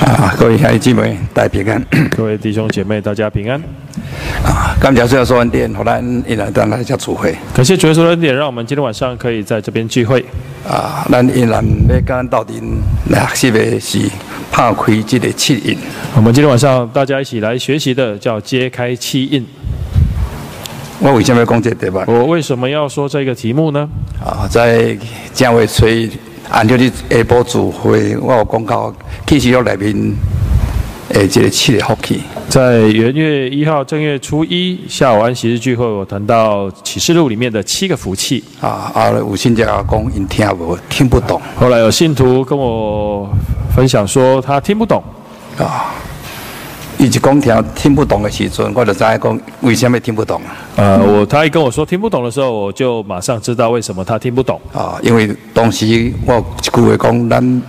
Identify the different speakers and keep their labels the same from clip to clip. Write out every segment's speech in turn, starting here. Speaker 1: 啊各位兄弟姊妹，大家平安。
Speaker 2: 各位弟兄姐妹，大家平安。
Speaker 1: 啊，感谢主要说恩典，互咱一来当来遮聚会。
Speaker 2: 感谢主耶稣的恩典，让我们今天晚上可以在这边聚会。
Speaker 1: 啊，咱依然要甲咱斗阵来学习的是拍开这个气印。
Speaker 2: 我们今天晚上大家一起来学习的叫揭开七印。
Speaker 1: 我为什么要讲这个题目？
Speaker 2: 我为什么要说这个题目呢？
Speaker 1: 啊，在正月初一按照你下晡聚会，我有讲到启示录内面诶，这个七个福气。
Speaker 2: 在元月一号正月初一下午安息日聚会，我谈到启示录里面的七个福气。
Speaker 1: 啊啊，有信者讲因听无听不懂
Speaker 2: 后来有信徒跟我分享说，他听不懂。
Speaker 1: 啊。伊就讲听听不懂的时阵，我就知影讲为什么听不懂
Speaker 2: 呃，我他一跟我说听不懂的时候，我就马上知道为什么他听不懂。
Speaker 1: 啊。因为当时我有一句话讲，咱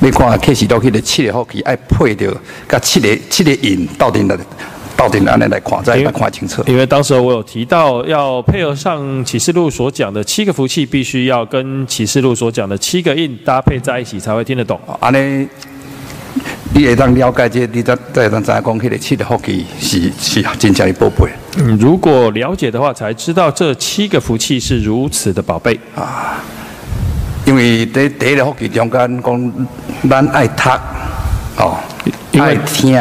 Speaker 1: 要看启示录迄个七个福气，爱配着甲七个七个印斗阵来斗阵安尼来看，才
Speaker 2: 因
Speaker 1: 来
Speaker 2: 为
Speaker 1: 看清楚。
Speaker 2: 因为当时我有提到，要配合上启示录所讲的七个福气，必须要跟启示录所讲的七个印搭配在一起，才会听得懂。
Speaker 1: 啊安尼，你会当了解这个你才才会当知影讲迄个七个福气是是真正的宝贝
Speaker 2: 嗯，如果了解的话，才知道这七个福气是如此的宝贝。
Speaker 1: 啊。因为伫第一个福气中间讲，咱爱读哦，
Speaker 2: 因为
Speaker 1: 爱听，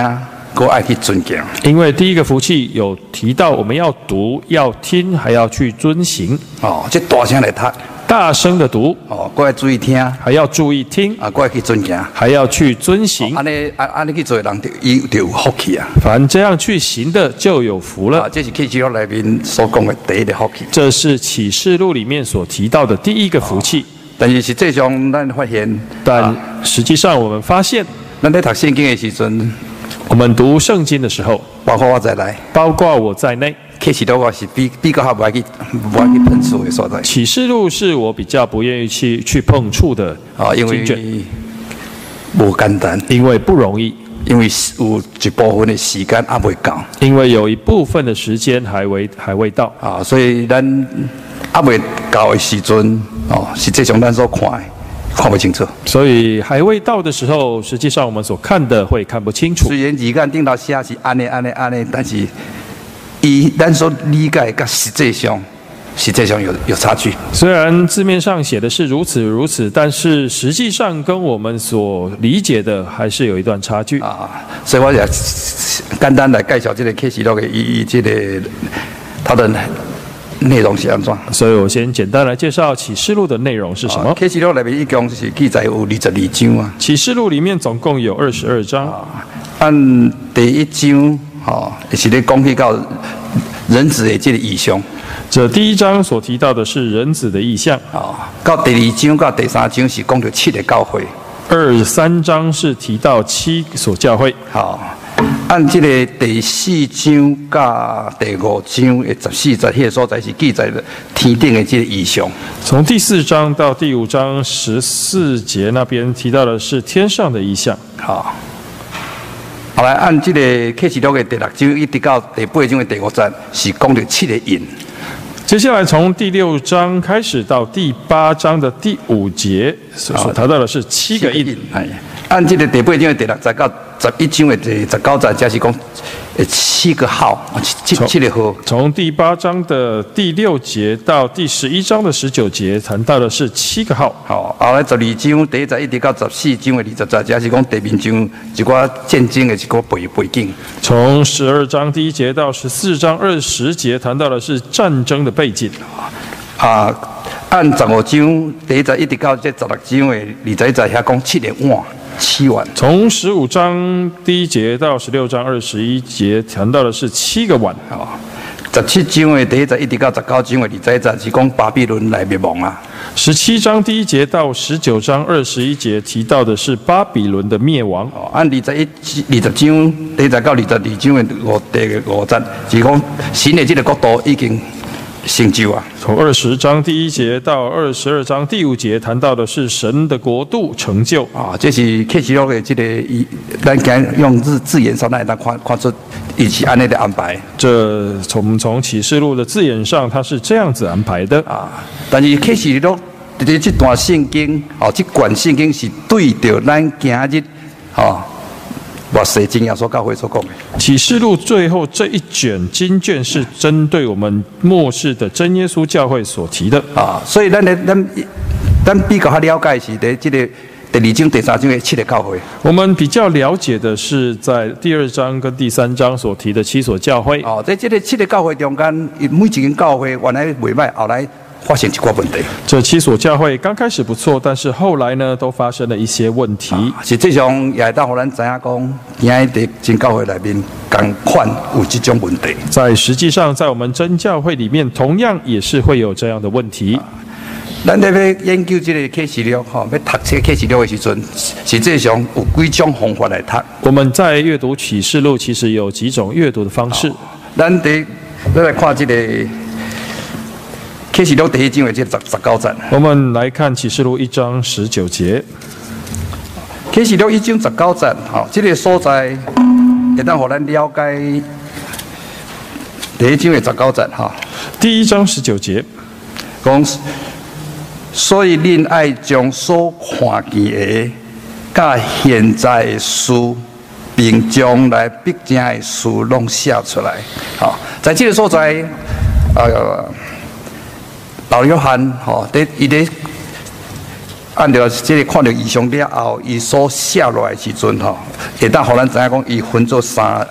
Speaker 1: 佮爱去尊敬。
Speaker 2: 因为第一个福气有提到，我们要读、要听，还要去遵行，
Speaker 1: 哦，即大声来读，
Speaker 2: 大声的读，
Speaker 1: 哦，搁爱注意听，啊，
Speaker 2: 还要注意听，
Speaker 1: 搁爱去尊敬，
Speaker 2: 还要去遵行。
Speaker 1: 哦安尼啊安安尼去做的人就伊就有福气啊！
Speaker 2: 凡这样去行的，就有福
Speaker 1: 啊，
Speaker 2: 了。
Speaker 1: 这是启示录内面所讲的第一个福气。
Speaker 2: 这是启示录里面所提到的第一个福气。
Speaker 1: 但是实际上，咱发现，
Speaker 2: 但
Speaker 1: 啊
Speaker 2: 实际上，我们发现，
Speaker 1: 咱咧读圣经的时阵，
Speaker 2: 我们读圣经的时候，
Speaker 1: 包括我在内，
Speaker 2: 包括我在内，
Speaker 1: 启示录我是比比较较不爱去不爱去碰触的所在。
Speaker 2: 启示录是我比较不愿意去去碰触的
Speaker 1: 啊，因
Speaker 2: 经卷，
Speaker 1: 为无简单，
Speaker 2: 因为不容易，
Speaker 1: 因为有一部分的时间还未到
Speaker 2: 因为有一部分的时间还未还未到，
Speaker 1: 啊，所以咱还未到的时阵，哦，实际上咱所看的看不清楚。
Speaker 2: 所以还未到的时候，实际上我们所看的会看不清楚。
Speaker 1: 虽然字眼顶头写是安尼安尼安尼，但是伊咱所理解甲实际上，实际上有有差距。
Speaker 2: 虽然字面上写的是如此如此，但是实际上跟我们所理解的还是有一段差距。
Speaker 1: 啊，所以我也简单来介绍这个启示录的伊伊这个它的内容是安怎？
Speaker 2: 所以我先简单来介绍启示录的内容是什么。
Speaker 1: 启示录内面一共是记载有二十二章啊，
Speaker 2: 启示录里面总共有二十二章。
Speaker 1: 按第一章吼、是咧讲起到人子的这个意象，
Speaker 2: 这第一章所提到的是人子的意象，
Speaker 1: 吼、啊到第二章到第三章是讲到七个教会，
Speaker 2: 二三章是提到七所教会，
Speaker 1: 吼、按这个第四章甲第五章的十四节迄个所在是记载了天顶的这个意象，
Speaker 2: 从第四章到第五章十四节那边提到的是天上的意象，
Speaker 1: 吼、后来按这个启示录的第六章一直到第八章的第五节是讲到七个印，
Speaker 2: 接下来从第六章开始到第八章的第五节所所提到的是啊七个印，，
Speaker 1: 哎，按这个第八章的第六节到十一章的第十九节，才是讲呃七个号，啊七七七个号。
Speaker 2: 从第八章的第六节到第十一章的十九节谈到的是七个号，
Speaker 1: 好，后来十二章第一节一直到十四章的二十节，才是讲地面上一寡战争的一个背背景。
Speaker 2: 从十二章第一节到十四章二十节谈到的是战争的背景。
Speaker 1: 啊，按十五章第一节一直到这十六章的二十一节，遐讲七个碗，七碗。
Speaker 2: 从十五章第一节到十六章二十一节谈到的是七个碗，啊
Speaker 1: 好，十七章的第一节一直到十九章的二十一节，是讲巴比伦来灭亡啊。
Speaker 2: 十七章第一节到十九章二十一节提到的是巴比伦的灭亡，
Speaker 1: 哦，
Speaker 2: 啊
Speaker 1: 按二十一、二十章、第十到二十二章的五第五节，是讲新的这个国度已经成就啊。
Speaker 2: 从二十章第一节到二十二章第五节谈到的是神的国度成就。
Speaker 1: 啊，这是启示录的这个伊，咱今用字字眼上来咱看看出，伊是安尼的安排
Speaker 2: 这从从启示录的字眼上，它是这样子安排的。
Speaker 1: 啊。但是启示录伫咧这段圣经，哦，这卷圣经是对着咱今日，哦，我写经验所教会所讲的。
Speaker 2: 启示录最后这一卷经卷是针对我们末世的真耶稣教会所提的。
Speaker 1: 啊，所以咱咧，咱咱比较较了解是伫即个第二章、第三章的七个教会。
Speaker 2: 我们比较了解的是在第二章跟第三章所提的七所教会。
Speaker 1: 哦，在即个七个教会中间，伊每一间教会原来袂歹，后来发生一寡问题。
Speaker 2: 这七所教会刚开始不错，但是后来呢，都发生了一些问题。
Speaker 1: 啊实际上也会当互咱知影讲，今仔伫真教会内面共款有即种问题。
Speaker 2: 在实际上，在我们真教会里面，同样也是会有这样的问题。
Speaker 1: 咱咧要研究即个启示录吼，要读这个启示录的时阵，实际上有几种方法来读。
Speaker 2: 我们在阅读启示录，其实有几种阅读的方式。
Speaker 1: 咱伫咱来看即、个启示录第一章的即个十十九节。
Speaker 2: 我们来看启示录一章十九节，
Speaker 1: 启示录一章十九节，吼、即、个所在会当互咱了解第一章的十九节，吼、
Speaker 2: 第一章十九节，
Speaker 1: 讲，所以恁爱将所看见的，甲现在的事，并将来必经的事拢写出来。吼、在即个所在，呃，老约翰吼，伫伊伫按照即个看到异象了后，伊所写落来的时阵吼，会当互咱知影讲，伊分做三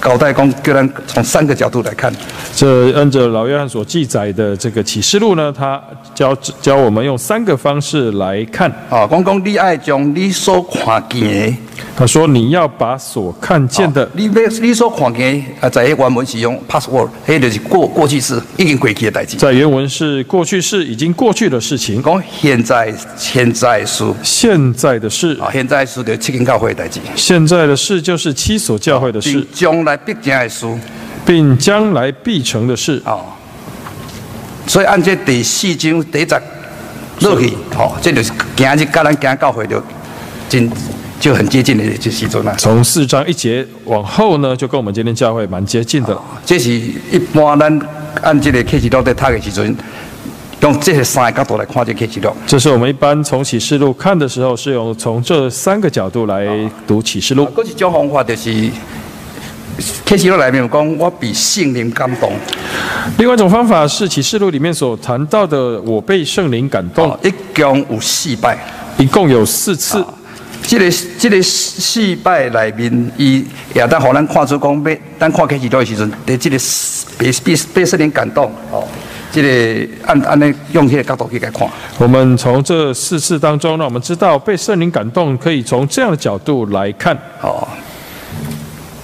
Speaker 1: 交代讲，叫咱从三个角度来看。
Speaker 2: 这按照老约翰所记载的这个启示录呢，他教教我们用三个方式来看。
Speaker 1: 哦，讲讲你爱将你所看见的，
Speaker 2: 他说：“你要把所看见的
Speaker 1: 哦，你要你所看见的，啊，在迄原文是用 password，迄就是过过去式，已经过去的代志。
Speaker 2: 在原文是过去式，已经过去的事情；
Speaker 1: 讲现在现在的事，
Speaker 2: 现在的事，
Speaker 1: 啊，现在的事就是七间教会的代志，
Speaker 2: 现在的事就是七所教会的事
Speaker 1: 并，将来必经的事。
Speaker 2: 并将来必成的事。
Speaker 1: 哦，所以按这第四章第一节落去，哦，这就是今日甲咱今日教会就真就很接近的这时阵啊。
Speaker 2: 从四章一节往后呢，就跟我们今天教会蛮接近的。
Speaker 1: 这是一般咱按这个启示录在读的时阵，用这三个角度来看这个启示录。
Speaker 2: 这是我们一般从启示录看的时候，是用从这三个角度来读启示录。
Speaker 1: 嗰啊一种方法就是。启示录内面有讲，我被圣灵感动，
Speaker 2: 另外一种方法是启示录里面所谈到的，我被圣灵感动
Speaker 1: 哦，，一共有四摆。
Speaker 2: 一共有四次。
Speaker 1: 这个这个四摆内面，伊也当互咱看出讲，要咱看启示录的时阵，对这个被被被圣灵感动，哦，这个按按尼用迄个角度去来看。
Speaker 2: 我们从这四次当中，让我们知道被圣灵感动，可以从这样的角度来看
Speaker 1: 哦，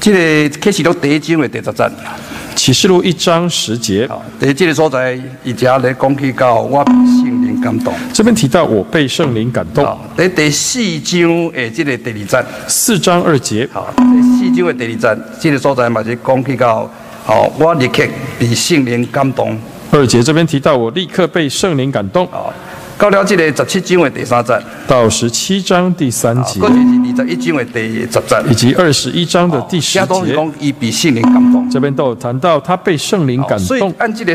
Speaker 1: 这个启示录第一章的第十节，
Speaker 2: 启示录一章十节。
Speaker 1: 哦，在这个所在，伊遮咧讲起到我被圣灵感动。
Speaker 2: 这边提到我被圣灵感动，
Speaker 1: 哦，在第四章的这个第二节，
Speaker 2: 四章二节。
Speaker 1: 好，第四章的第二节，这个所在嘛是讲起到，哦，我立刻被圣灵感动。
Speaker 2: 二节这边提到我立刻被圣灵感动，
Speaker 1: 哦，到了这个十七章的第三节，
Speaker 2: 到十七章第三节
Speaker 1: 或者是二十一章的第十节，
Speaker 2: 以及二十一章的第十
Speaker 1: 也都是
Speaker 2: 节，
Speaker 1: 讲伊被圣灵感动。哦
Speaker 2: 这边都有谈到他被圣灵感
Speaker 1: 所以
Speaker 2: 动。
Speaker 1: 按这个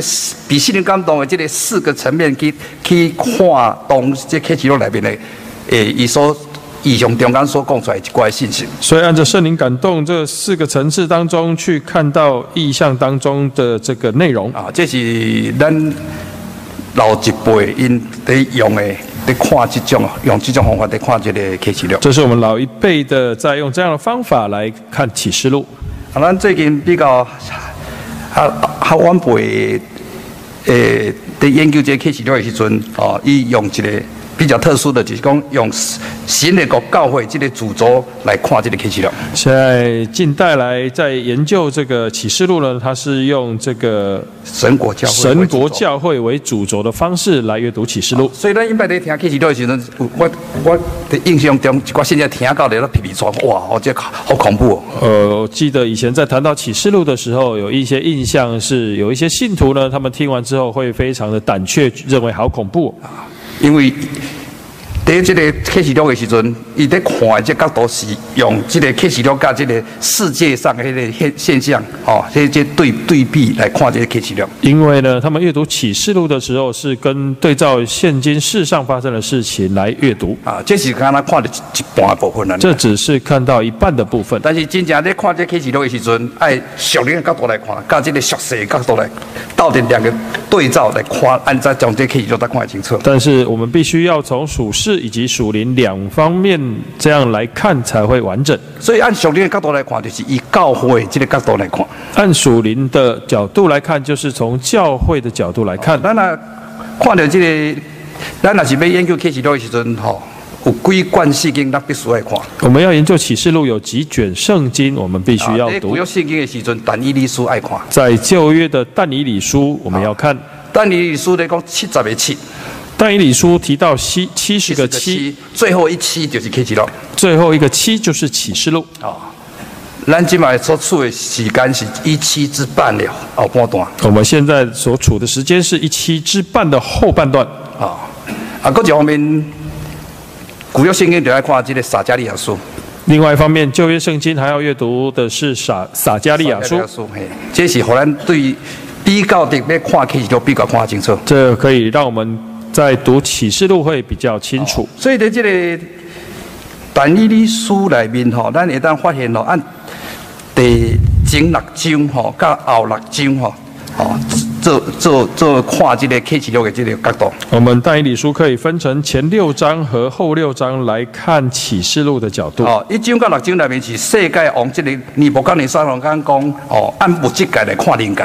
Speaker 1: 被圣灵感动的这个四个层面去去看当这启示录内面的，诶，伊所意象中间所讲出来一寡信息。
Speaker 2: 所以按照圣灵感动这四个层次当中去看到意象当中的这个内容，
Speaker 1: 啊，这是咱老一辈因伫用的，伫看即种用即种方法伫看即个启示录。
Speaker 2: 这是我们老一辈的在用这样的方法来看启示录。
Speaker 1: 啊，咱最近比较较较晚辈诶，伫研究这个启示录的时阵，哦，伊用一个比较特殊的，就是讲用新的国教会即个主轴来看即个启示录。
Speaker 2: 现在近代来在研究这个启示录呢，它是用这个
Speaker 1: 神国教会为
Speaker 2: 神国
Speaker 1: 主轴。
Speaker 2: 教会为主轴的方式来阅读启示录。
Speaker 1: 所以咱一般在听启示录的时阵，有我我伫印象中，一寡现在听到咧，都皮皮喘，哇，哦，这好恐怖哦。
Speaker 2: 呃，我记得以前在谈到启示录的时候，有一些印象是有一些信徒呢，他们听完之后会非常的胆怯，认为好恐怖哦。
Speaker 1: 因为第伫即个启示录的时阵，伊伫看的即角度是用即个启示录甲即个世界上的迄个现现象，哦，迄即对对比来看即个启示录。
Speaker 2: 因为呢，他们阅读启示录的时候是跟对照现今世上发生的事情来阅读，
Speaker 1: 啊，这是敢若看到一一半的部分啦。啊
Speaker 2: 这只是看到一半的部分。
Speaker 1: 但是真正咧看这启示录的时阵，爱熟人的角度来看，甲这个熟悉的角度来，到底两个对照来看，按照从这启示录才看得清楚。
Speaker 2: 但是我们必须要从属世以及属灵两方面这样来看才会完整。
Speaker 1: 所以按熟人的角度来看，就是以教会这个角度来看。
Speaker 2: 按属灵的角度来看，就是从教会的角度来看。
Speaker 1: 咱若看到这个，咱若是要研究启示录的时阵，吼、有几卷圣经咱必须爱看。
Speaker 2: 我们要研究启示录有几卷圣经，我们必须要
Speaker 1: 啊在
Speaker 2: 读
Speaker 1: 古。约圣经的时阵，但以理书爱看，
Speaker 2: 在旧约的但以理书，我们要看
Speaker 1: 但以理书咧讲七十个七，
Speaker 2: 但以理书提到七七十个
Speaker 1: 70
Speaker 2: 七，，
Speaker 1: 最后一期就是启示录。
Speaker 2: 最后一个七就是启示录。
Speaker 1: 咱即摆所处的时间是一期之半了，后半段啊、
Speaker 2: 我们现在所处的时间是一期之半的后半段。
Speaker 1: 啊，搁一方面，古约圣经就爱看即个撒加利亚书，
Speaker 2: 另外一方面，旧约圣经还要阅读的是撒撒加利亚书，
Speaker 1: 书，嘿，这是互咱对比较特别看起就比较看清楚。
Speaker 2: 这可以让我们在读启示录会比较清楚。
Speaker 1: 所以伫即个但以理书内面吼，咱会当发现吼，按第前六章吼，甲后六章吼，吼做做做看即个启示录的即个角度。
Speaker 2: 我们但以理书可以分成前六章和后六章来看启示录的角度。
Speaker 1: 哦，一章到六章内面是世界往即个尼布甲尼撒王讲讲哦，按物质界来看灵界，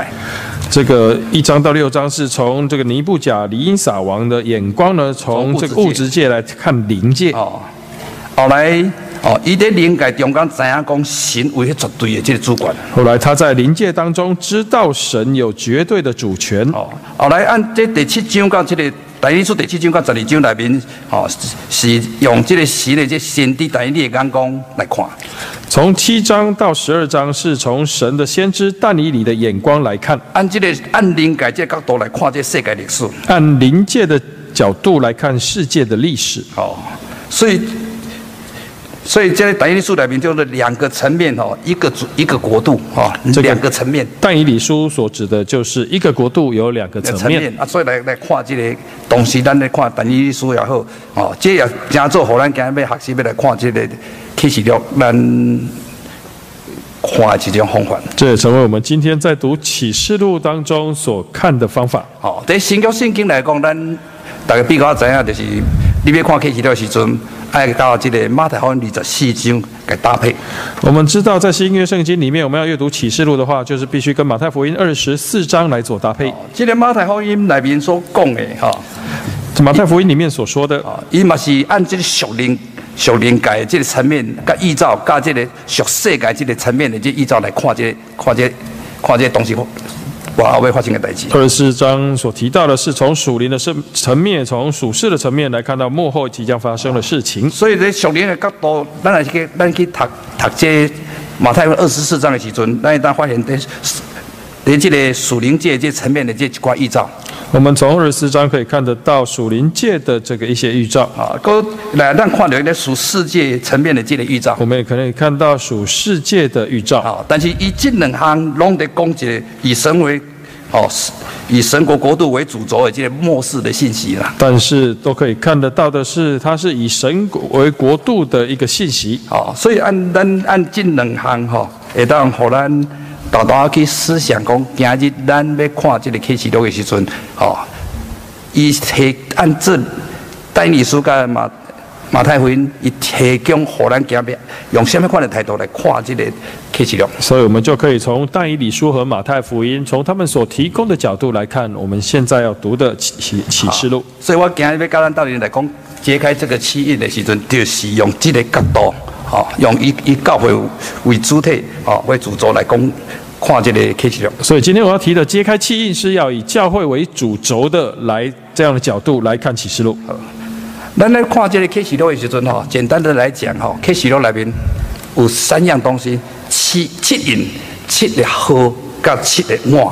Speaker 2: 这个一章到六章是从这个尼布甲尼因撒王的眼光呢，从这个
Speaker 1: 从物
Speaker 2: 物
Speaker 1: 质
Speaker 2: 质界来看灵界。
Speaker 1: 哦，后来哦，伊伫灵界中间知影讲神为迄绝对的即个主权。
Speaker 2: 后来他在灵界当中知道神有绝对的主权。
Speaker 1: 哦，后来按这第七章到这个第一书第七章到十二章内面，哦，是是用这个神的这先知但以理的眼光来看。
Speaker 2: 从七章到十二章是从神的先知但以理的眼光来看，
Speaker 1: 按这个按灵界这个角度来看这世界历史，
Speaker 2: 按灵界的角度来看世界的历史。
Speaker 1: 哦，所以所以这个但以理书里面就是两个层面哦，一个主一个国度哦，
Speaker 2: 这个
Speaker 1: 两个层面
Speaker 2: 但以理书所指的就是一个国度有两个层
Speaker 1: 层
Speaker 2: 面
Speaker 1: 面，啊，所以来来看这个东西，咱来看但以理书也好，哦，这也真做，互咱今日要学习要来看这个启示录，咱看的一种方法。
Speaker 2: 这也成为我们今天在读启示录当中所看的方法。
Speaker 1: 哦，在新约圣经来讲，咱大家比较知影，就是你要看启示录的时阵，爱到这个马太福音二十四章来搭配。
Speaker 2: 我们知道，在新约圣经里面，我们要阅读启示录的话，就是必须跟马太福音二十四章来做搭配。
Speaker 1: 哦这个马太福音内面所讲的，哦哈、
Speaker 2: 马太福音里面所说的，
Speaker 1: 哦，伊嘛是按这个属灵、属灵界的这个层面，甲依照甲这个属世界这个层面的这个依照来看这个、看这个、看这个东西，往后尾发生的代志。
Speaker 2: 二十四章所提到的是从属灵的层层面，从属世的层面来看到幕后即将发生的事情。
Speaker 1: 所以，在属灵的角度，咱来去咱去读读这马太福音二十四章的时阵，咱会当发现在在这个属灵界这层面的这一寡依照
Speaker 2: 我们从二十四章可以看得到属灵界的这个一些预兆，
Speaker 1: 啊，搁来咱看到一个属世界层面的这个依照
Speaker 2: 我们也可以看到属世界的预兆。
Speaker 1: 啊，但是伊这两项拢在讲一个以神为哦，以神国国度为主轴的这个末世的信息啦。
Speaker 2: 但是都可以看得到的是，它是以神国为国度的一个信息。
Speaker 1: 哦，所以按咱按这两项吼，会当互咱大大去思想讲，今日咱要看这个启示录的时阵，哦，伊提按这代理书甲马马太福音，伊提供互咱今日用什么款的态度来看这个启示录。
Speaker 2: 所以，我们就可以从但以理书和马太福音，从他们所提供的角度来看，我们现在要读的启启启示录。
Speaker 1: 所以我今日要教咱到底来讲，揭开这个起因的时阵，就是用这个角度，吼、用以以教会为主体，吼、为主轴来讲看这个启示录。
Speaker 2: 所以，今天我要提的揭开气印，是要以教会为主轴的来这样的角度来看启示录。
Speaker 1: 咱来看这个启示录的时阵吼，简单的来讲吼，启示录内面有三样东西：七七印、七个号、甲七个碗。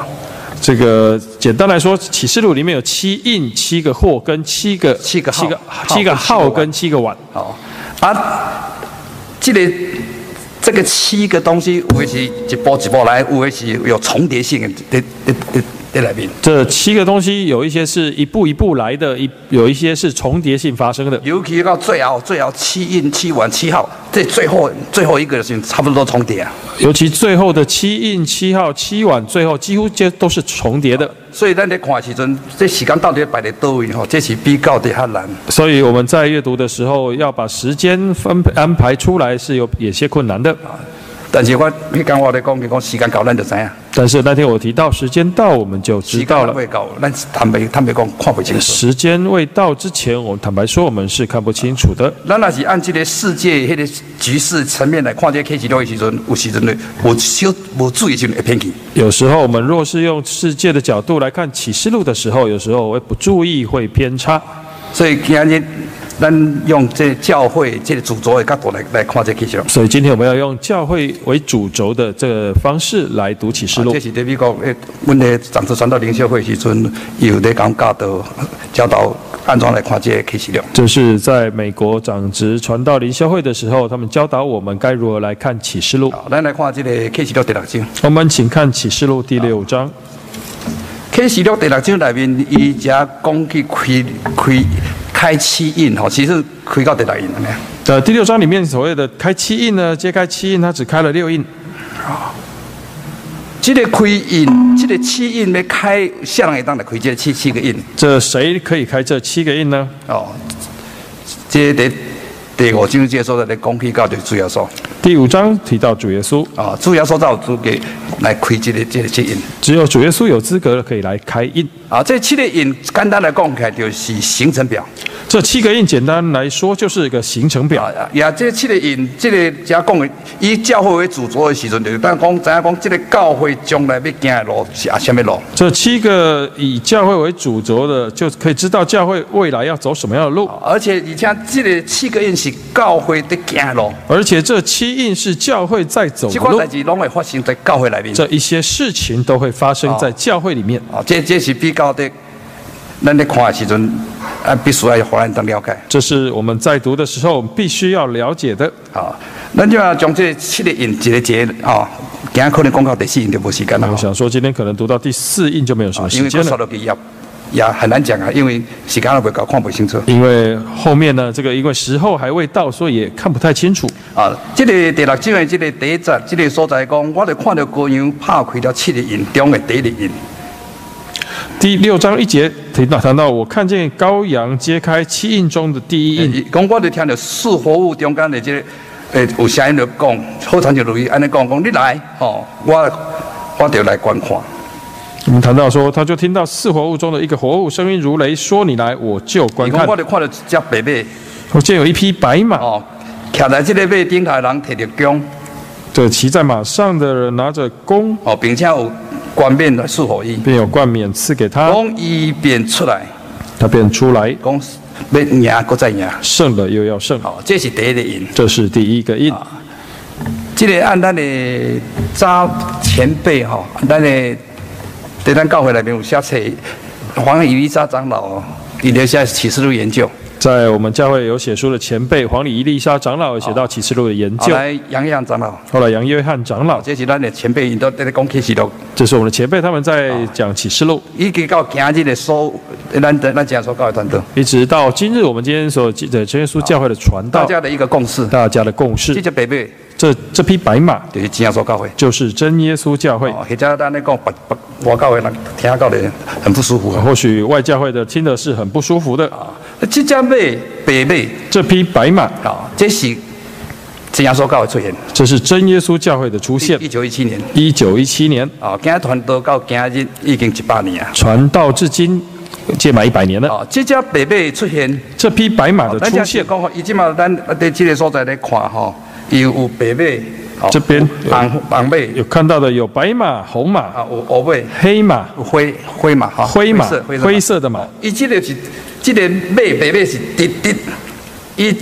Speaker 2: 这个简单来说，启示录里面有七印、七个祸跟七个
Speaker 1: 七个号
Speaker 2: 七个
Speaker 1: 号
Speaker 2: 七个号
Speaker 1: 跟
Speaker 2: 跟七个碗。
Speaker 1: 哦，啊，这个这个七个东西，有的是一步一步来，有的是有重叠性的，在在在在内面。
Speaker 2: 这七个东西有一些是一步一步来的，一有一些是重叠性发生的。
Speaker 1: 尤其到最后最后七印七完七号，这最后最后一个是差不多重叠啊。
Speaker 2: 尤其最后的七印、七号、七碗，最后几乎这都是重叠的。
Speaker 1: 所以咱在看的时阵，这时间到底摆在倒位吼，这是比较的较难。
Speaker 2: 所以我们在阅读的时候，要把时间分安排出来是有有些困难的。
Speaker 1: 但是我迄天我咧讲，就是讲时间到咱就知影，
Speaker 2: 但是那天我提到时间到，我们就知
Speaker 1: 时
Speaker 2: 道
Speaker 1: 间
Speaker 2: 了。
Speaker 1: 未到，咱坦白坦白讲看不清楚。
Speaker 2: 时间未到之前，我坦白说，我们是看不清楚的。
Speaker 1: 咱若是按这个世界迄个局势层面来看这个 K 指标的时阵，有时阵咧无小无注意的时阵会偏去。
Speaker 2: 有时候我们若是用世界的角度来看启示录的时候，有时候会不注意，会偏差。
Speaker 1: 所以今日咱用这教会这个主轴的角度来来看这个 K 指标。
Speaker 2: 所以今天我们要用教会为主轴的这个方式来读启示
Speaker 1: 啊
Speaker 2: 录
Speaker 1: 这。是在美国诶，阮咧长子传道灵修会的时阵，伊有咧讲教导教导安怎来看这个 K 指标。
Speaker 2: 这是在美国长职传道灵修会的时候，他们教导我们该如何来看启示录。
Speaker 1: 好，咱来看这个 K 指标第六章。
Speaker 2: 我们请看启示录第六章。
Speaker 1: 启示录第六章内面，伊只讲去开开开七印吼，其实开到第六印了呢。
Speaker 2: 呃，第六章里面所谓的开七印呢，揭开七印，它只开了六印。
Speaker 1: 这个开印，这个七印要开，谁人会当来开这个七七个印？
Speaker 2: 这谁可以开这七个印呢？
Speaker 1: 哦，这第第五章这个所在咧讲起到就主要说，
Speaker 2: 第五章提到主耶稣，
Speaker 1: 哦，主要说才有资格来开这个这个七印。
Speaker 2: 只有主耶稣有资格可以来开印。
Speaker 1: 啊，这七个印简单来讲起来就是行程表。
Speaker 2: 这七个印简单来说就是一个行程表。
Speaker 1: 啊，也这七个因，这个只讲的，以教会为主轴的时阵，就是咱讲知影讲，这个教会将来要行的路是啊什么路？
Speaker 2: 这七个以教会为主轴的，就可以知道教会未来要走什么样的路。
Speaker 1: 而且而且这个七个因是教会在行的路，
Speaker 2: 而且这七印是教会在走
Speaker 1: 这
Speaker 2: 的
Speaker 1: 款
Speaker 2: 路
Speaker 1: 代，志拢会发生在教会内面。
Speaker 2: 哦这一些事情都会发生在教会里面。
Speaker 1: 啊，这这是比较的，咱在看的时阵，啊，必须要互咱当了解。
Speaker 2: 这是我们在读的时候必须要了解的。
Speaker 1: 啊，咱就要将这七个因一个一个啊，今天可能讲到第四因就无时间了
Speaker 2: 我。想说，今天可能读到第四印就没有什么
Speaker 1: 因
Speaker 2: 啊时
Speaker 1: 为
Speaker 2: 间
Speaker 1: 讲
Speaker 2: 了
Speaker 1: 说，落去也也很难讲啊，因为时间也未够，看不清楚。
Speaker 2: 因为后面呢，这个因为时候还未到，所以也看不太清楚。
Speaker 1: 啊，这个第六章的这个第一节，这个所在讲，我就看到羔羊拍开了七个印中的第一个印。
Speaker 2: 第六章一节提到谈到，我看见羔羊揭开七印中的第一印，
Speaker 1: 伊讲我就听到四活物中间的这个，诶、有声音就讲，好像就如伊安尼讲，讲你来，吼、我我就来观看。
Speaker 2: 我们谈到说，他就听到四活物中的一个活物声音如雷说：“你来，哦我就观
Speaker 1: 伊
Speaker 2: 看
Speaker 1: 讲我。就看到一只白马，”
Speaker 2: 我见有一匹白马，
Speaker 1: 吼、徛在这个马顶头的人摕着弓，
Speaker 2: 这骑在马上的人拿着弓，
Speaker 1: 哦，并且有冠冕来束缚伊。
Speaker 2: 便有冠冕赐给他，
Speaker 1: 讲伊便出来，
Speaker 2: 他便出来，
Speaker 1: 讲要赢，搁再赢。
Speaker 2: 胜了又要胜。
Speaker 1: 哦，这是第一个印。
Speaker 2: 这是第一个印。
Speaker 1: 这个按咱的早前辈吼，咱的在咱教会内面有写册，黄以利沙长老哦，伊留下启示录研究，
Speaker 2: 在我们教会有写书的前辈黄礼伊丽莎长老也写到启示录的研
Speaker 1: 后
Speaker 2: 究，
Speaker 1: 来杨洋长老，
Speaker 2: 后来杨约翰长老，
Speaker 1: 这是咱的前辈，伊都在讲启示录，
Speaker 2: 这是我们的前辈，他们在讲启示录，
Speaker 1: 以及到今日的所有，咱咱讲所教的团队，
Speaker 2: 一直到今日我们今天所记的真耶稣教会的传
Speaker 1: 大
Speaker 2: 道，
Speaker 1: 家的一个共识，
Speaker 2: 大家的共
Speaker 1: 这
Speaker 2: 识，
Speaker 1: 只白马
Speaker 2: 这这匹白马
Speaker 1: 就是真所教会。
Speaker 2: 就是真耶稣教会。
Speaker 1: 哦，或者咱咧讲别别外教的人听到的很不舒服啊。
Speaker 2: 或许外教会的听的是很不舒服的，
Speaker 1: 这只马白马，
Speaker 2: 这匹白马，
Speaker 1: 哦，这是真所教的出现，
Speaker 2: 这是真耶稣教会的出现
Speaker 1: 一。九一七年。
Speaker 2: 一九一七年
Speaker 1: 哦，今传道到今日已经一百年啊！
Speaker 2: 传道至今，届满一百年了。
Speaker 1: 哦，即只白马出现，哦
Speaker 2: 这匹白马的
Speaker 1: 咱
Speaker 2: 出
Speaker 1: 这
Speaker 2: 现
Speaker 1: 是，讲吼，伊即马咱伫即个所在咧看吼，伊有白马，哦
Speaker 2: 这边
Speaker 1: 有红红马，
Speaker 2: 有看到的有白马、红马、
Speaker 1: 啊有黑马，
Speaker 2: 黑马、
Speaker 1: 有灰灰马哈，
Speaker 2: 灰马
Speaker 1: 色、
Speaker 2: 灰
Speaker 1: 灰
Speaker 2: 色的马。
Speaker 1: 伊即个是即个马白马是直直，伊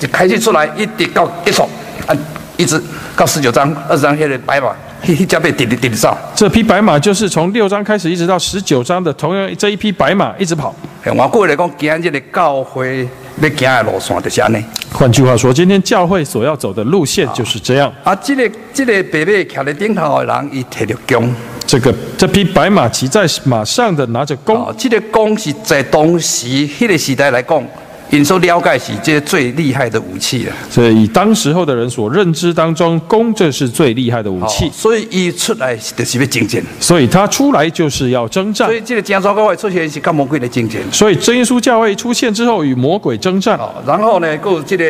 Speaker 1: 一开始出来一直到结束，啊，一直到十九章、二十章迄个白马，迄迄只马直直直直走，
Speaker 2: 这匹白马就是从六章开始一直到十九章的，同样这一匹白马一直跑。
Speaker 1: 嘿换句话来讲，今日的教会要行的路线就是安尼。
Speaker 2: 换句话说，今天教会所要走的路线就是这样。
Speaker 1: 啊，即、个即、个白马徛伫顶头的人，伊摕着弓，
Speaker 2: 这个这匹白马骑在马上的拿着弓，
Speaker 1: 哦，即、个弓是在当时迄个时代来讲，因所了解是这最厉害的武器啊。
Speaker 2: 所以以当时候的人所认知当中，弓这是最厉害的武
Speaker 1: 哦
Speaker 2: 器，
Speaker 1: 所以伊出来是就是要征战。
Speaker 2: 所以他出来就是要征战
Speaker 1: 所。以这个真主教会出现是甲魔鬼的征战。
Speaker 2: 所以真耶稣教会出现之后，与魔鬼征战，
Speaker 1: 哦，然后呢，佫有即个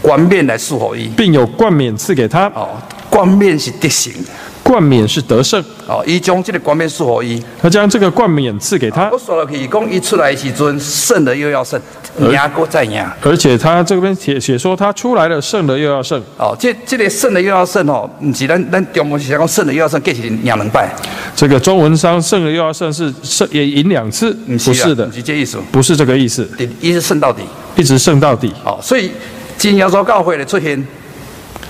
Speaker 1: 冠冕来赐予伊。
Speaker 2: 并有冠冕赐给他，
Speaker 1: 哦，冠冕是得胜的。
Speaker 2: 冠冕是得胜。
Speaker 1: 哦，伊将即个冠冕赐予伊。
Speaker 2: 他将这个冠冕赐给他
Speaker 1: 啊我，说落去，讲伊出来的时阵，胜了又要胜，
Speaker 2: 哎
Speaker 1: 赢过再赢。
Speaker 2: 而且他这边写写说他出来了，胜了又要胜。
Speaker 1: 哦，这这个胜了又要胜哦，毋是咱咱中文是讲胜了又要胜，计是赢两摆，
Speaker 2: 这个中文商胜了又要胜是胜也赢两次，
Speaker 1: 毋
Speaker 2: 不嗯是啊的
Speaker 1: 毋，是这意思，
Speaker 2: 不是这个意思，
Speaker 1: 对伊是胜到底。
Speaker 2: 一直胜到底。
Speaker 1: 哦，所以真耶稣教会的出现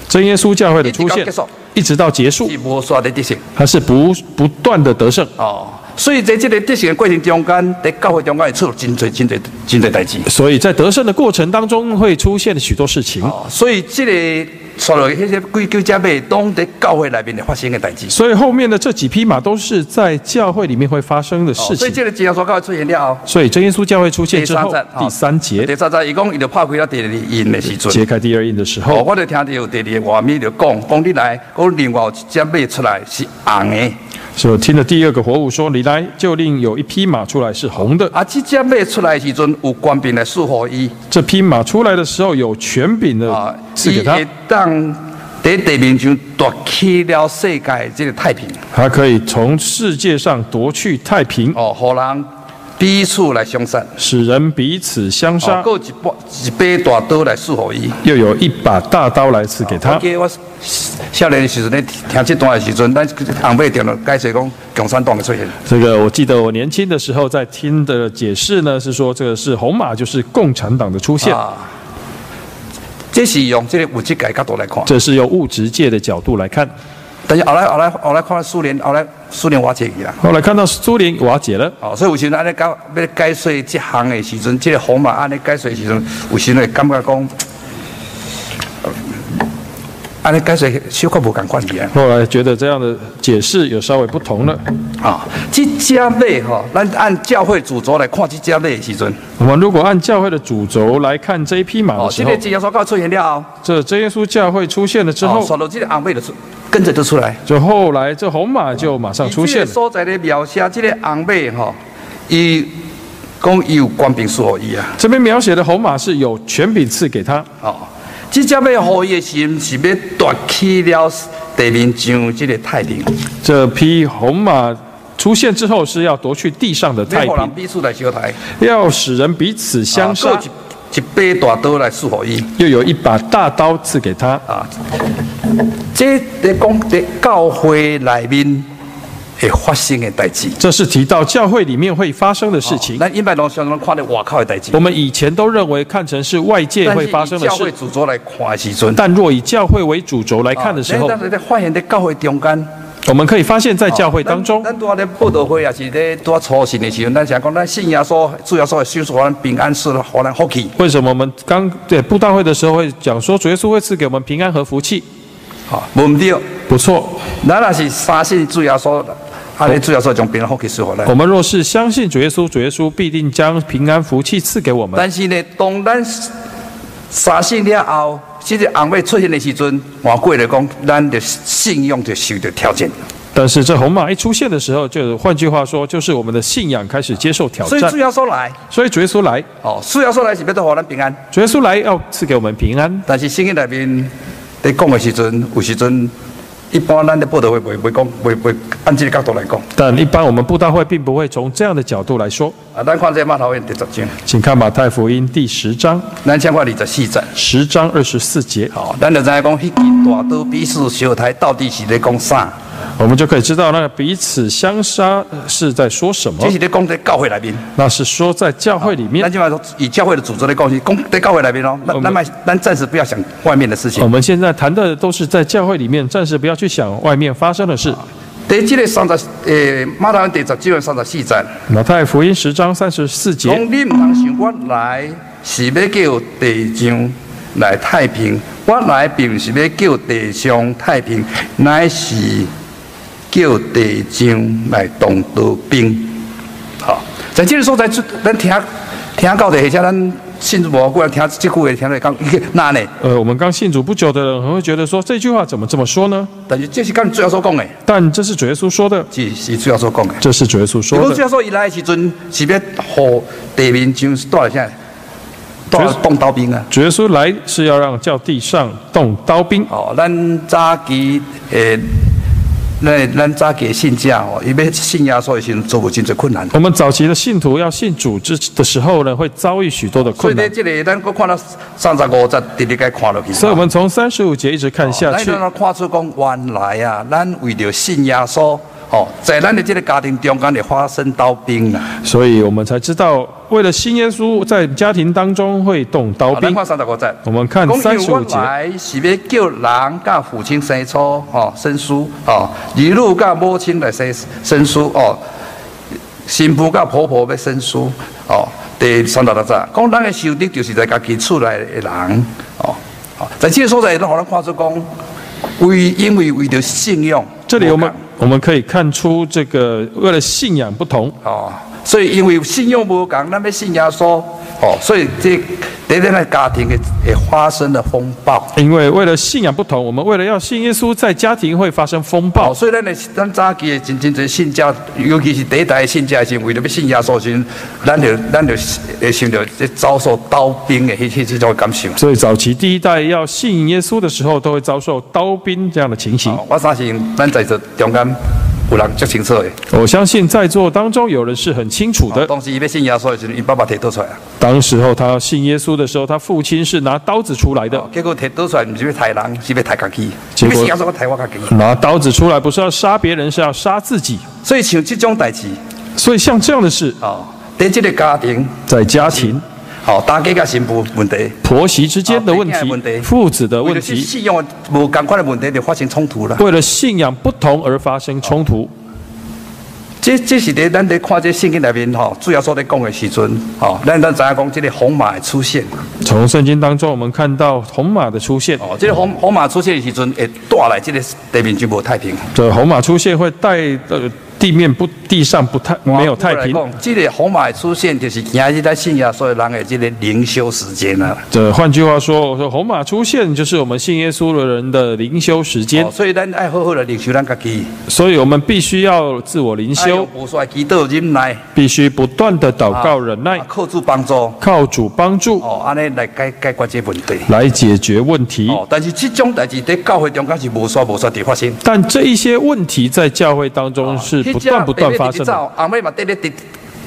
Speaker 2: 真耶稣教会的出
Speaker 1: 一直到
Speaker 2: 现
Speaker 1: 结束，
Speaker 2: 一直到结束，
Speaker 1: 是无煞的得胜。
Speaker 2: 它是不不断的得胜。
Speaker 1: 哦，所以在这个得胜的过程中间，在教会中间会出真侪真侪真侪代志。
Speaker 2: 所以在得胜的过程当中，会出现许多事情。
Speaker 1: 哦，所以这个所落去迄个几九只马，拢在教会内面会发生的代志。
Speaker 2: 所以后面的这几匹马都是在教会里面会发生的
Speaker 1: 哦
Speaker 2: 事
Speaker 1: 所以
Speaker 2: 情。
Speaker 1: 这个真耶稣教会出现了后。
Speaker 2: 所以真耶稣教会出现
Speaker 1: 第
Speaker 2: 之
Speaker 1: 三
Speaker 2: 后
Speaker 1: 节，，
Speaker 2: 第三节
Speaker 1: 第三节，伊讲伊就拍开了第二印的时阵，
Speaker 2: 揭开第二印的时
Speaker 1: 哦，
Speaker 2: 候，
Speaker 1: 我就听到有第二画面就讲，讲你来，讲另外有一只马出来是红的，
Speaker 2: 就听了第二个活物说：“你来，就令有一匹马出来是红的。
Speaker 1: 啊，这只马出来的时阵有官兵来束缚伊，
Speaker 2: 这匹马出来的时候，有权柄
Speaker 1: 啊
Speaker 2: 的，赐
Speaker 1: 伊
Speaker 2: 给他
Speaker 1: 会，当在地面上夺取了世界的这个太平，
Speaker 2: 他可以从世界上夺去太平，
Speaker 1: 哦，互人彼此来相杀，
Speaker 2: 使人彼此相
Speaker 1: 哦
Speaker 2: 杀，。
Speaker 1: 还有一把一把大刀来束缚伊。
Speaker 2: 又有一把大刀来赐给
Speaker 1: 我
Speaker 2: 他。
Speaker 1: 记得我少年的时阵咧听这段的时阵，咱红尾定了解释讲共产党的出现。
Speaker 2: 这个我记得我年轻的时候在听的解释呢，是说这个是红马，就是共产党的出现。
Speaker 1: 啊，这是用这个物质界角度来看，
Speaker 2: 这是由物质界的角度来看。
Speaker 1: 但是后来后来后来看到苏联，后来苏联瓦解去啦。
Speaker 2: 后来看到苏联瓦解了，
Speaker 1: 哦，所以有时阵安尼搞要解说这项的时阵，这个号码安尼解说的时阵，有时会感觉讲，呃安尼解说小可无共款去啊。
Speaker 2: 后来觉得这样的解释有稍微不同了。
Speaker 1: 啊，这只马吼，咱按教会主轴来看这只马的时阵，
Speaker 2: 我们如果按教会的主轴来看这一匹马
Speaker 1: 哦
Speaker 2: 的，时
Speaker 1: 这
Speaker 2: 候
Speaker 1: 个，耶稣教出现了后。
Speaker 2: 这真耶稣教会出现了之
Speaker 1: 哦，
Speaker 2: 后，
Speaker 1: 刷到这个红马就出，跟着就出来。
Speaker 2: 就后来这红马就马上哦出
Speaker 1: 这
Speaker 2: 现
Speaker 1: 个
Speaker 2: 了。
Speaker 1: 所在的描写，这个红马吼，伊讲伊有官兵赐予伊啊。
Speaker 2: 这边描写的红马是有权柄赐给他，
Speaker 1: 哦，这只马互伊的心是要夺取了地面上这个太平，
Speaker 2: 这匹红马出现之后是要夺去地上的太
Speaker 1: 要互人
Speaker 2: 平，
Speaker 1: 彼此来相台，
Speaker 2: 要使人彼此相
Speaker 1: 啊
Speaker 2: 杀
Speaker 1: 还，有一一把大刀来赐予伊。
Speaker 2: 又有一把大刀赐给他。
Speaker 1: 啊，这在讲在教会内面会发生的代志。
Speaker 2: 这是提到教会里面会发生的事情。
Speaker 1: 咱一般拢常常看到外口的代志
Speaker 2: 我，们以前都认为看成是外界
Speaker 1: 但
Speaker 2: 会
Speaker 1: 是
Speaker 2: 发生
Speaker 1: 以
Speaker 2: 的
Speaker 1: 教
Speaker 2: 事
Speaker 1: 会，主轴来看的时阵，
Speaker 2: 但若以教会为主轴来看的时候
Speaker 1: 咱，在发现在教会中间，
Speaker 2: 我们可以发现，在教啊会当中，
Speaker 1: 咱拄仔咧报道会也是咧拄仔初信的时候，咱想讲咱信耶稣，主耶稣会赐予咱平安，赐予咱福气。
Speaker 2: 为什么我们刚对布道会的时候会讲说，主耶稣会赐给我们平安和福气？
Speaker 1: 吼，无毋对，
Speaker 2: 不错，
Speaker 1: 咱若是相信主耶稣，安尼主耶稣将平安福气赐予咱
Speaker 2: 我。们若是相信主耶稣，主耶稣必定将平安福气赐给我们。
Speaker 1: 但是呢，当咱相信了后，即个红尾出现的时阵，换句来讲，咱的信用就受到挑战。
Speaker 2: 但是这红马一出现的时候，就换句话说，就是我们的信仰开始接受挑
Speaker 1: 所以
Speaker 2: 战
Speaker 1: 主。耶稣来，
Speaker 2: 所以主耶稣来，
Speaker 1: 哦，主耶稣来是要得予咱平安。
Speaker 2: 主耶稣来要赐给我们平安。
Speaker 1: 但是圣经内面在讲的时阵，有时阵一般咱的报道会袂袂讲袂袂按这个角度来讲。
Speaker 2: 但一般我们布道会并不会从这样的角度来说。
Speaker 1: 啊，咱看这码头宴第十章，
Speaker 2: 请看马太福音第十章，
Speaker 1: 咱先看二十四章。
Speaker 2: 十章二十四节。
Speaker 1: 哦，咱就知影讲，迄支大刀彼此相台到底是咧讲啥？
Speaker 2: 我们就可以知道那彼此相杀是在说什么
Speaker 1: 这。是咧讲在教会内面，
Speaker 2: 那是说在教会里面
Speaker 1: 咱，即嘛以教会的组织来讲，是讲在教会内面哦咯。咱咱卖咱暂时不要想外面的事情
Speaker 2: 我。们现在谈的都是在教会里面，暂时不要去想外面发生的事。
Speaker 1: 第即个三十诶，马太福音第十九章三十四节，
Speaker 2: 马太福音十章三十四
Speaker 1: 讲
Speaker 2: 节，
Speaker 1: 你毋通想我来是要叫地上来太平，我来并毋是要叫地上太平，乃是叫地上来动刀兵。好，在即个所在，这咱听听到的，或者咱信主无过来听即句话，听来讲，那呢？
Speaker 2: 呃，我们刚信主不久的人，可能会觉得说这句话怎么这么说呢？
Speaker 1: 但是这是跟主要所讲的，
Speaker 2: 但这是主耶稣说的，
Speaker 1: 是是主要所讲的。
Speaker 2: 这是主耶稣
Speaker 1: 如
Speaker 2: 说
Speaker 1: 果主
Speaker 2: 的。
Speaker 1: 要说伊来的时阵是要互地面上带啥？带动刀兵啊！
Speaker 2: 主耶稣来是要让叫地上动刀兵。
Speaker 1: 哦，咱早期诶，咱咱早期的信者哦，伊要信耶稣的时阵做无真侪困难。
Speaker 2: 我们早期的信徒要信主之的时候呢，会遭遇许多的
Speaker 1: 所以
Speaker 2: 困
Speaker 1: 呢，
Speaker 2: 难。
Speaker 1: 这个咱搁看到三十五节，直直该看落去。
Speaker 2: 所以，我们从三十五节一直看下
Speaker 1: 咱
Speaker 2: 去
Speaker 1: 就，能看出讲，原来啊，咱为着信耶稣，哦，在咱的这个家庭中间会发生刀兵啊。
Speaker 2: 所以我们才知道，为了信耶稣，在家庭当中会动刀
Speaker 1: 好哦咱
Speaker 2: 兵。
Speaker 1: 看三十五节。
Speaker 2: 我们看
Speaker 1: 讲
Speaker 2: 三
Speaker 1: 因
Speaker 2: 十
Speaker 1: 为
Speaker 2: 五
Speaker 1: 我
Speaker 2: 节，
Speaker 1: 来是要叫人甲父亲生疏哦，生疏哦，儿女甲母亲来生生疏哦，新妇甲婆婆要生疏哦。第三十六节，讲咱的仇敌就是在家己厝内的人哦。哦，在这个所在，咱互咱看出讲，为因为为着信仰，
Speaker 2: 这里我们
Speaker 1: 无同
Speaker 2: 我们可以看出，这个为了信仰不同，
Speaker 1: 哦，所以因为信仰无共，咱要信耶稣哦，所以这在咱的家庭的会发生了风暴。
Speaker 2: 因为为了信仰不同，我们为了要信耶稣，在家庭会发生风暴
Speaker 1: 哦，。所以咱的咱早期的真真侪信教，尤其是第一代的信教是为了要信耶稣的时候，咱就咱就会想到这遭受刀兵的迄迄迄种感受。
Speaker 2: 所以早期第一代要信耶稣的时候，都会遭受刀兵这样的情形。
Speaker 1: 哦我相信咱在这中间有人足清楚的。
Speaker 2: 我相信在座当中有人是很清楚
Speaker 1: 哦
Speaker 2: 的。
Speaker 1: 当时伊要信耶稣的时候，伊爸爸摕刀出来啊，
Speaker 2: 当时候他信耶稣的时候，他父亲是拿刀子出来的
Speaker 1: 哦，结果摕刀出来，毋是要杀人，是要杀家己。
Speaker 2: 结
Speaker 1: 要
Speaker 2: 果
Speaker 1: 信耶稣，我杀我家己。
Speaker 2: 拿刀子出来不是要杀别人，是要杀自己。
Speaker 1: 所以像这种代志，
Speaker 2: 所以像这样的事，
Speaker 1: 哦，在这个家庭，
Speaker 2: 在家庭、
Speaker 1: 哦，大家甲新妇问题，
Speaker 2: 婆媳之间的问
Speaker 1: 好婚姻的问
Speaker 2: 题、
Speaker 1: 题
Speaker 2: 父子的
Speaker 1: 为
Speaker 2: 问
Speaker 1: 了是
Speaker 2: 题，
Speaker 1: 信仰无共款的问题，就发生冲突了。
Speaker 2: 为了信仰不同而发生冲突。
Speaker 1: 这这是伫咱伫看这圣经内面吼，主要所在讲的时阵吼，咱咱知影讲这个红马的出现，
Speaker 2: 从圣经当中，我们看到红马的出现。
Speaker 1: 哦，这个红红马出现的时阵，会带来这个地面就无太平，
Speaker 2: 这红马出现会带呃地面不地上不太没有太平
Speaker 1: 反。过来讲这个红马的出现就是今日咱信仰所有人的这个灵修时间啊。
Speaker 2: 这换句话说，我说红马出现就是我们信耶稣的人的灵修时间
Speaker 1: 哦，，所以咱爱好好的领受咱家己，
Speaker 2: 所以我们必须要自我灵
Speaker 1: 爱用
Speaker 2: 修，
Speaker 1: 无衰祈祷忍耐，
Speaker 2: 必须不断的祷告忍耐
Speaker 1: 啊，靠主帮助，
Speaker 2: 靠主帮助
Speaker 1: 哦，安尼来解解决这问题。
Speaker 2: 来解决问题。
Speaker 1: 哦，但是这种代志伫教会中间是无煞无煞地发生。
Speaker 2: 但这一些问题在教会当中是不断不断发生的。
Speaker 1: 阿妹嘛，直直直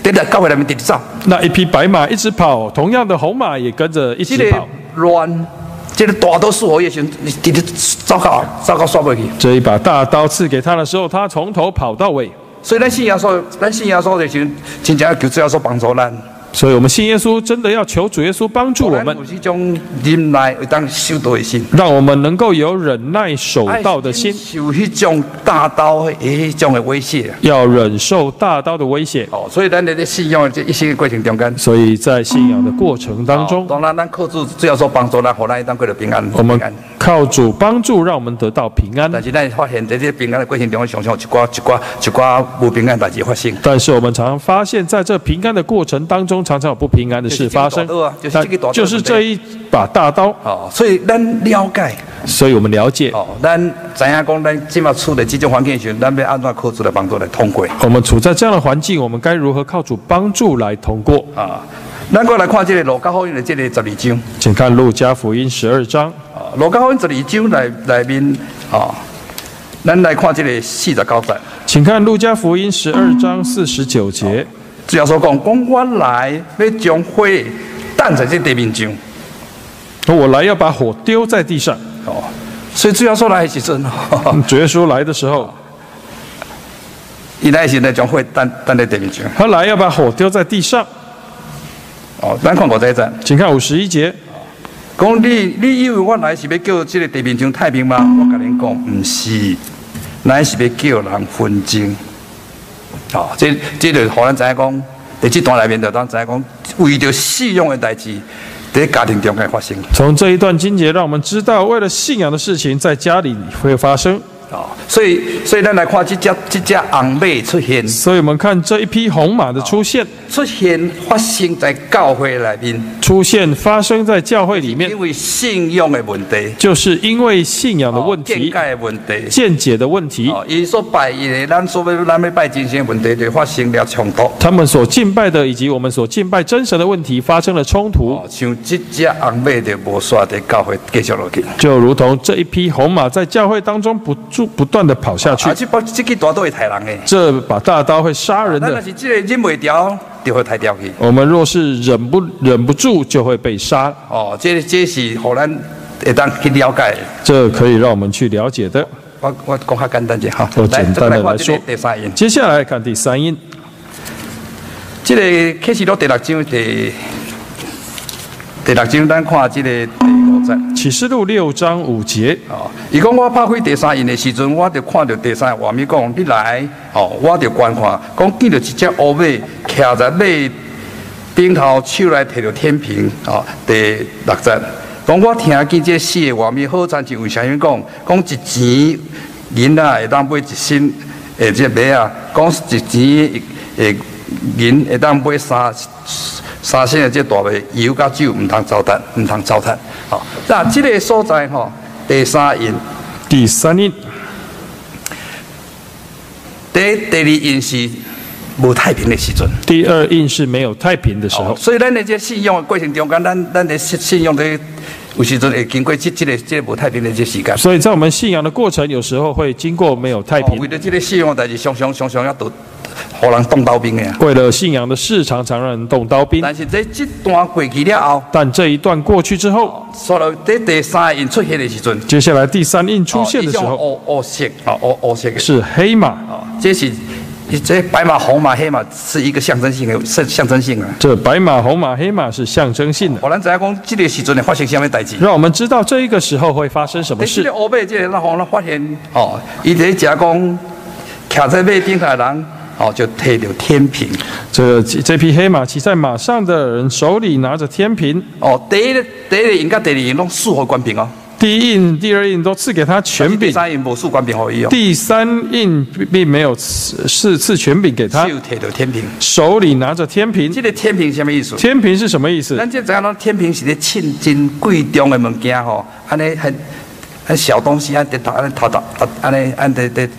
Speaker 1: 直直教会内面直直走，
Speaker 2: 那一匹白马一直跑，同样的红马也跟着一
Speaker 1: 这
Speaker 2: 直
Speaker 1: 个
Speaker 2: 跑。
Speaker 1: 乱，这个大多数我也想，你直直走到走到煞尾去。
Speaker 2: 这一把大刀刺给他的时候，他从头跑到尾。
Speaker 1: 所以咱信耶稣，咱信耶稣的时候，真正求主耶稣帮助咱。
Speaker 2: 所以，我们信耶稣真的要求主耶稣帮助我
Speaker 1: 咱
Speaker 2: 们
Speaker 1: 有，这种忍耐会当修道的心，
Speaker 2: 让我们能够有忍耐守道的心，
Speaker 1: 受迄种大刀的迄种的威胁。
Speaker 2: 要忍受大刀的威胁。
Speaker 1: 哦，所以咱在这信仰的这一些过程中间，
Speaker 2: 所以在信仰的过程当
Speaker 1: 哦
Speaker 2: 中，
Speaker 1: 当然咱靠主主耶稣帮助咱，互咱当过着平安。
Speaker 2: 我们
Speaker 1: 平安
Speaker 2: 靠主帮助，让我们得到平安。
Speaker 1: 但是咱发现，在这平安的过程中间，常常有一寡一寡一寡无平安的代志发生。
Speaker 2: 但是我们常常发现，在这平安的过程当中，常常有不平安的事发生
Speaker 1: 就是这个大刀啊。就是这个大刀
Speaker 2: 但就是这一把大刀，
Speaker 1: 哦，所以咱了解，
Speaker 2: 所以我们了解，
Speaker 1: 哦，咱知影讲，咱即马处在即种环境的时候，咱要安怎靠主的帮助来通过
Speaker 2: 我们处在这样的环境，我们该如何靠主帮助来通过？
Speaker 1: 啊。咱过来看这个路加福音的这个十二章，
Speaker 2: 请看路加福音十二章
Speaker 1: 啊，路加福音十二章内内面，啊，咱来看这个四十九节。
Speaker 2: 请看路加福音十二章四十九节，
Speaker 1: 主要说讲，讲我来要将火担在这地面上，
Speaker 2: 我来要把火丢在地上。
Speaker 1: 哦，所以主要说来的时阵，
Speaker 2: 主耶稣来的时候，
Speaker 1: 伊来时呢将火等等在地面上。
Speaker 2: 他来要把火丢在地上，
Speaker 1: 哦，咱看五十一节，
Speaker 2: 请看五十一节。
Speaker 1: 讲你你以为我来是要叫即个地面上太平吗？
Speaker 2: 嗯
Speaker 1: 我甲恁讲，毋是，咱是要叫人纷争。哦，这这就互咱知影讲，伫即段内面就咱知影讲，为着信仰的代志，伫家庭中间发生。
Speaker 2: 从这一段经节，让我们知道，为了信仰的事情，在家里会发生。
Speaker 1: 哦，所以所以咱来看即只即只红马出现，
Speaker 2: 所以我们看这一匹红马的出现，
Speaker 1: 出现发生在教会内面，
Speaker 2: 出现发生在教会里面，
Speaker 1: 因为信仰的问题、哦
Speaker 2: 就是因为信仰的问
Speaker 1: 见
Speaker 2: 题、
Speaker 1: 解的问题。
Speaker 2: 见解的问题，
Speaker 1: 哦，伊所拜伊的，咱所要咱要拜真神的问题，就发生了冲突。
Speaker 2: 他们所敬拜的以及我们所敬拜真神的问题发生了冲突
Speaker 1: 哦，，像即只红马就无煞伫教会继续落去。
Speaker 2: 就如同这一匹红马在教会当中不住不断的跑下去
Speaker 1: 啊，，即把即个大刀会杀人诶，
Speaker 2: 这把大刀会杀人
Speaker 1: 咱若
Speaker 2: 的。
Speaker 1: 是即个忍袂牢，就会杀掉去。
Speaker 2: 我们若是忍不忍不住，就会被杀。
Speaker 1: 哦，这这是互咱会当去了解的。
Speaker 2: 这可以让我们去了解的。
Speaker 1: 我我讲较简单者哈，
Speaker 2: 我简单
Speaker 1: 再
Speaker 2: 地
Speaker 1: 看
Speaker 2: 来说
Speaker 1: 这个第三页，
Speaker 2: 接下来看第三印，
Speaker 1: 即、个启示录第六章第第六章，咱看即个第五节。
Speaker 2: 启示录六章五节，
Speaker 1: 哦，伊讲我拍开第三印的时阵，我就看到第三画面讲，你来，哦，我就观看，讲见到一只乌马徛在马顶头，手来摕着天平，哦，第六节，讲我听见这四个画面，好亲像为啥物讲，讲一钱银啊会当买一身，诶，这马啊，讲一钱诶银会当买三。三星的这大麦油甲酒毋通糟蹋，毋通糟蹋。吼、那即个所在吼，第三印，
Speaker 2: 第三印，
Speaker 1: 第第二印是无太平的时阵。
Speaker 2: 第二印是没有太平的时
Speaker 1: 哦
Speaker 2: 候，
Speaker 1: 所以咱的这信仰的过程中间，咱咱的信信仰的有时阵会经过即即个即、这个无太平的这时间。
Speaker 2: 所以在我们信仰的过程，有时候会经过没有太
Speaker 1: 哦、为
Speaker 2: 平。
Speaker 1: 了即个信仰的代志，常常常常要都互人动刀兵的啊。
Speaker 2: 为了信仰的事，常常让人动刀兵。
Speaker 1: 但是这即段过去了后，
Speaker 2: 但这一段过去之后，
Speaker 1: 所以第第三印出现的时阵，
Speaker 2: 接下来第三印出现的时
Speaker 1: 哦
Speaker 2: 候
Speaker 1: 它是用乌乌色，哦乌乌色的。
Speaker 2: 是黑马，
Speaker 1: 哦，这是这白马、红马、黑马是一个象征性的象象征性的。
Speaker 2: 这白马、红马、黑马是象征性的，
Speaker 1: 我咱知影讲，这个时阵会发生什么代志？
Speaker 2: 让我们知道这一个时候会发生什么
Speaker 1: 但是
Speaker 2: 事
Speaker 1: 这。乌马这个，咱互咱发现哦，伊在食讲，徛在马顶下的人哦，就摕着天平
Speaker 2: 这这匹黑马骑在马上的人手里拿着天平，
Speaker 1: 哦。第一个第一个印甲第二个印拢四互官兵哦，
Speaker 2: 第一印、第二印都赐给他权
Speaker 1: 第
Speaker 2: 柄，
Speaker 1: 三印无四官兵互伊哦，
Speaker 2: 第三印并没有赐赐赐权柄给他
Speaker 1: 只，有摕着天平。
Speaker 2: 手里拿着天平。
Speaker 1: 这个天平是什么意思？
Speaker 2: 天平是什么意思？
Speaker 1: 咱这知影讲，天平是咧称真贵重的物件吼，安尼很很小东西，安尼头安尼头头安尼安尼得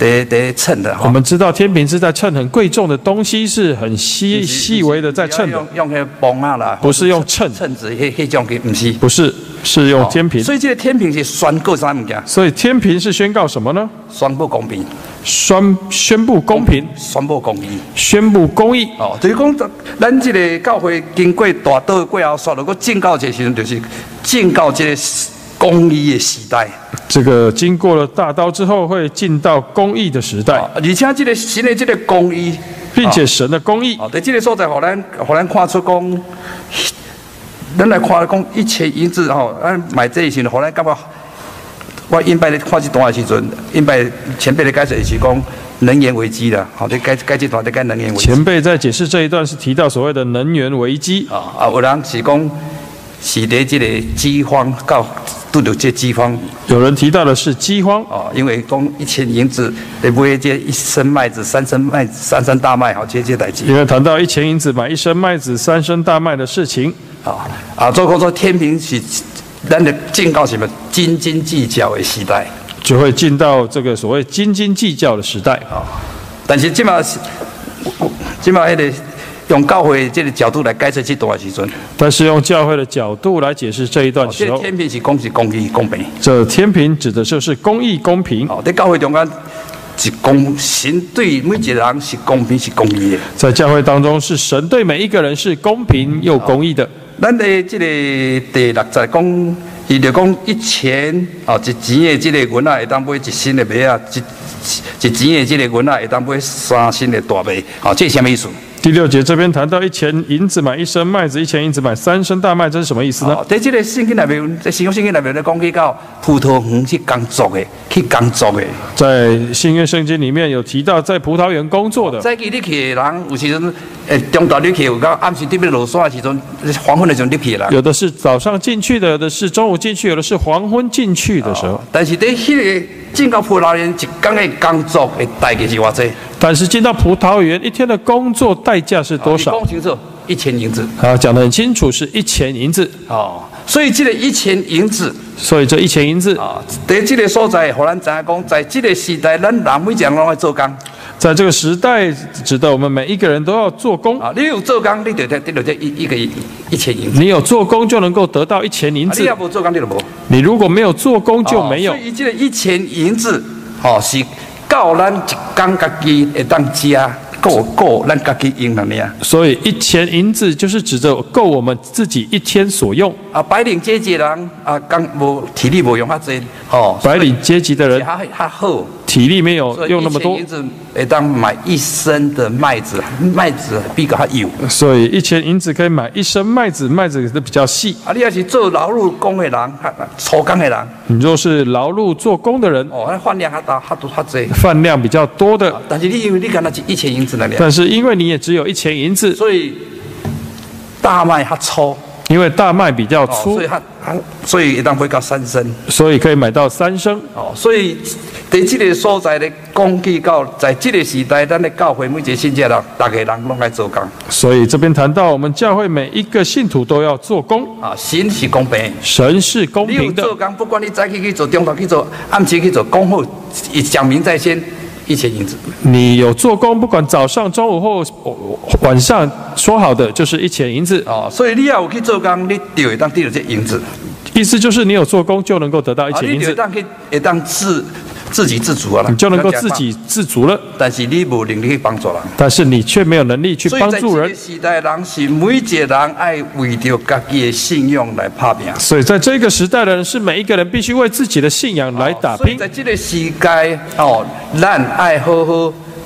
Speaker 1: 得得称的
Speaker 2: 我
Speaker 1: 吼。
Speaker 2: 们知道天平是在称很贵重的东西，是很细细微的在称的
Speaker 1: 用，用那个磅啊啦，
Speaker 2: 不是用秤，
Speaker 1: 秤子迄迄种嘅，毋是。
Speaker 2: 不是是用天平。
Speaker 1: 所以这个天平是宣告啥物件？
Speaker 2: 所以天平是宣告什么呢？
Speaker 1: 宣布公平，
Speaker 2: 宣宣布公平，
Speaker 1: 宣布公义。
Speaker 2: 宣布公义。
Speaker 1: 哦，就是讲，咱这个教会经过大道过后，煞落个进到这个时阵，就是进到这个公义的时代。
Speaker 2: 这个经过了大刀之后，会进到公义的时代
Speaker 1: 哦，，而且这个新的这个公义。
Speaker 2: 并且神的公义
Speaker 1: 哦，在这个所在，互咱互咱看出讲，咱来看讲一切银子吼，咱买这个时阵，互咱感觉，我因拜咧看这段的时阵，因拜前辈的解释是讲能源危机啦，吼、哦，你解解这段在解能源危机。
Speaker 2: 前辈在解释这一段是提到所谓的能源危机，
Speaker 1: 啊、啊，有人是讲是伫这个饥荒到拄着这饥荒
Speaker 2: 有人提到的是饥荒，
Speaker 1: 哦，因为讲一千银子，会买这一升麦子、三升麦子、三升大麦，吼、这这代志。
Speaker 2: 因为谈到一钱银子买一升麦子、三升大麦的事情，
Speaker 1: 啊啊，做工作天平是咱的进到什么斤斤计较的时代
Speaker 2: 就会进到这个所谓斤斤计较的时代。
Speaker 1: 啊。但是即马是，即马迄个用教会这个角度来解释这段的时阵，
Speaker 2: 但是用教会的角度来解释这一段
Speaker 1: 这
Speaker 2: 时
Speaker 1: 个
Speaker 2: 候，
Speaker 1: 天平是讲是公义公平。
Speaker 2: 这天平指的就是公义、公平，
Speaker 1: 哦，在教会中间是公神对每一个人是公平是公义的。
Speaker 2: 在教会当中是神对每一个人是公平又公义的。
Speaker 1: 咱的这个第六节讲伊就讲一钱哦，一钱的即个银仔会当买一新的袜啊，一一钱的即个银仔会当买三新的大袜，哦，这是什么意思？
Speaker 2: 第六节这边谈到一钱银子买一升麦子，一钱银子买三升大麦，这是什么意思呢？
Speaker 1: 哦，在即个圣经内面，在新约圣经内面咧讲去到葡萄园去工作的，去工作的。
Speaker 2: 在新约圣经里面有提到，在葡萄园工作的，
Speaker 1: 早起你去的人，有时阵诶，中昼你去，有到暗时对面落山的时阵，黄昏的时阵你去的人。
Speaker 2: 有的是早上进去的，有的是中午进去，有的是黄昏进去的时候。
Speaker 1: 但是伫迄个进到葡萄园一工的工作的代价是偌济？
Speaker 2: 但是进到葡萄园一天的工作代价是多
Speaker 1: 你
Speaker 2: 少？
Speaker 1: 讲清楚，一千银子。
Speaker 2: 啊，讲得很清楚，是一钱银子。
Speaker 1: 哦，所以这个一千银子
Speaker 2: 所以这一钱银子，
Speaker 1: 啊，在这个所在，互咱知影讲，在这个时代，咱人每一个人拢爱做工
Speaker 2: 在这个时代，值得我们每一个人都要做工。
Speaker 1: 啊。你有做工，你就得得到这一一个一一千银子。
Speaker 2: 你有做工就能够得到一钱银
Speaker 1: 啊你
Speaker 2: 子
Speaker 1: 也，无做工，你就无。
Speaker 2: 你如果没有做工就没有
Speaker 1: 所。以伊这个一千银子，吼、是够咱一工家己会当食，够够咱家己用了尔。
Speaker 2: 所以一钱银子就是指着够我们自己一天所用。
Speaker 1: 啊，白领阶级人啊，工无体力无用遐济，哦吼、
Speaker 2: 白领阶级的
Speaker 1: 是
Speaker 2: 人
Speaker 1: 较较好，
Speaker 2: 体力没有
Speaker 1: 所以
Speaker 2: 用
Speaker 1: 一
Speaker 2: 那么
Speaker 1: 千
Speaker 2: 多
Speaker 1: 银，子会当买一升的麦子，麦子比较有。
Speaker 2: 所以一钱银子可以买一升麦子，麦子的比较细。
Speaker 1: 啊，你若是做劳务工的人，啊粗工的人，
Speaker 2: 你若是劳碌做工的人，
Speaker 1: 哦，那饭量较大，较多较济。
Speaker 2: 饭量比较多的，
Speaker 1: 但是你因为你敢若是一千银子了尔，
Speaker 2: 但是因为你也只有一钱银子，
Speaker 1: 所以大麦较粗。
Speaker 2: 因为大麦比较
Speaker 1: 哦，
Speaker 2: 粗
Speaker 1: 所以，它
Speaker 2: 啊
Speaker 1: 它所以会当买到三升
Speaker 2: 所以可以买到三升。
Speaker 1: 哦，所以在这个所在咧，讲起到在这个时代，咱的教会每一个信者人，大家人拢爱做工
Speaker 2: 所以这边谈到，我们教会每一个信徒都要做工，
Speaker 1: 啊，神是公平的。
Speaker 2: 神是公
Speaker 1: 你有
Speaker 2: 平的
Speaker 1: 做。工，不管你早起去做，中昼去做，暗时去做，讲好，一讲明在先，一钱银子。
Speaker 2: 你有做工，不管早上、中午或晚上，说好的就是一钱银子，
Speaker 1: 哦，所以你也有去做工，你就会当得到这银子，
Speaker 2: 意思就是你有做工就能够得到一
Speaker 1: 啊，
Speaker 2: 钱
Speaker 1: 你
Speaker 2: 银
Speaker 1: 就会
Speaker 2: 子，
Speaker 1: 当去会当自自给自足啊啦，
Speaker 2: 你就能够自己自足了。
Speaker 1: 但是你无能力去帮助人。
Speaker 2: 但是你却没有能力去
Speaker 1: 所以
Speaker 2: 帮
Speaker 1: 在这
Speaker 2: 助人
Speaker 1: 个。时代，人是每一个人爱为着家己的信仰来打拼。
Speaker 2: 所以在这个时代的人，是每一个人必须为自己的信仰来打
Speaker 1: 所以
Speaker 2: 拼。
Speaker 1: 在这个时代，哦，咱爱好好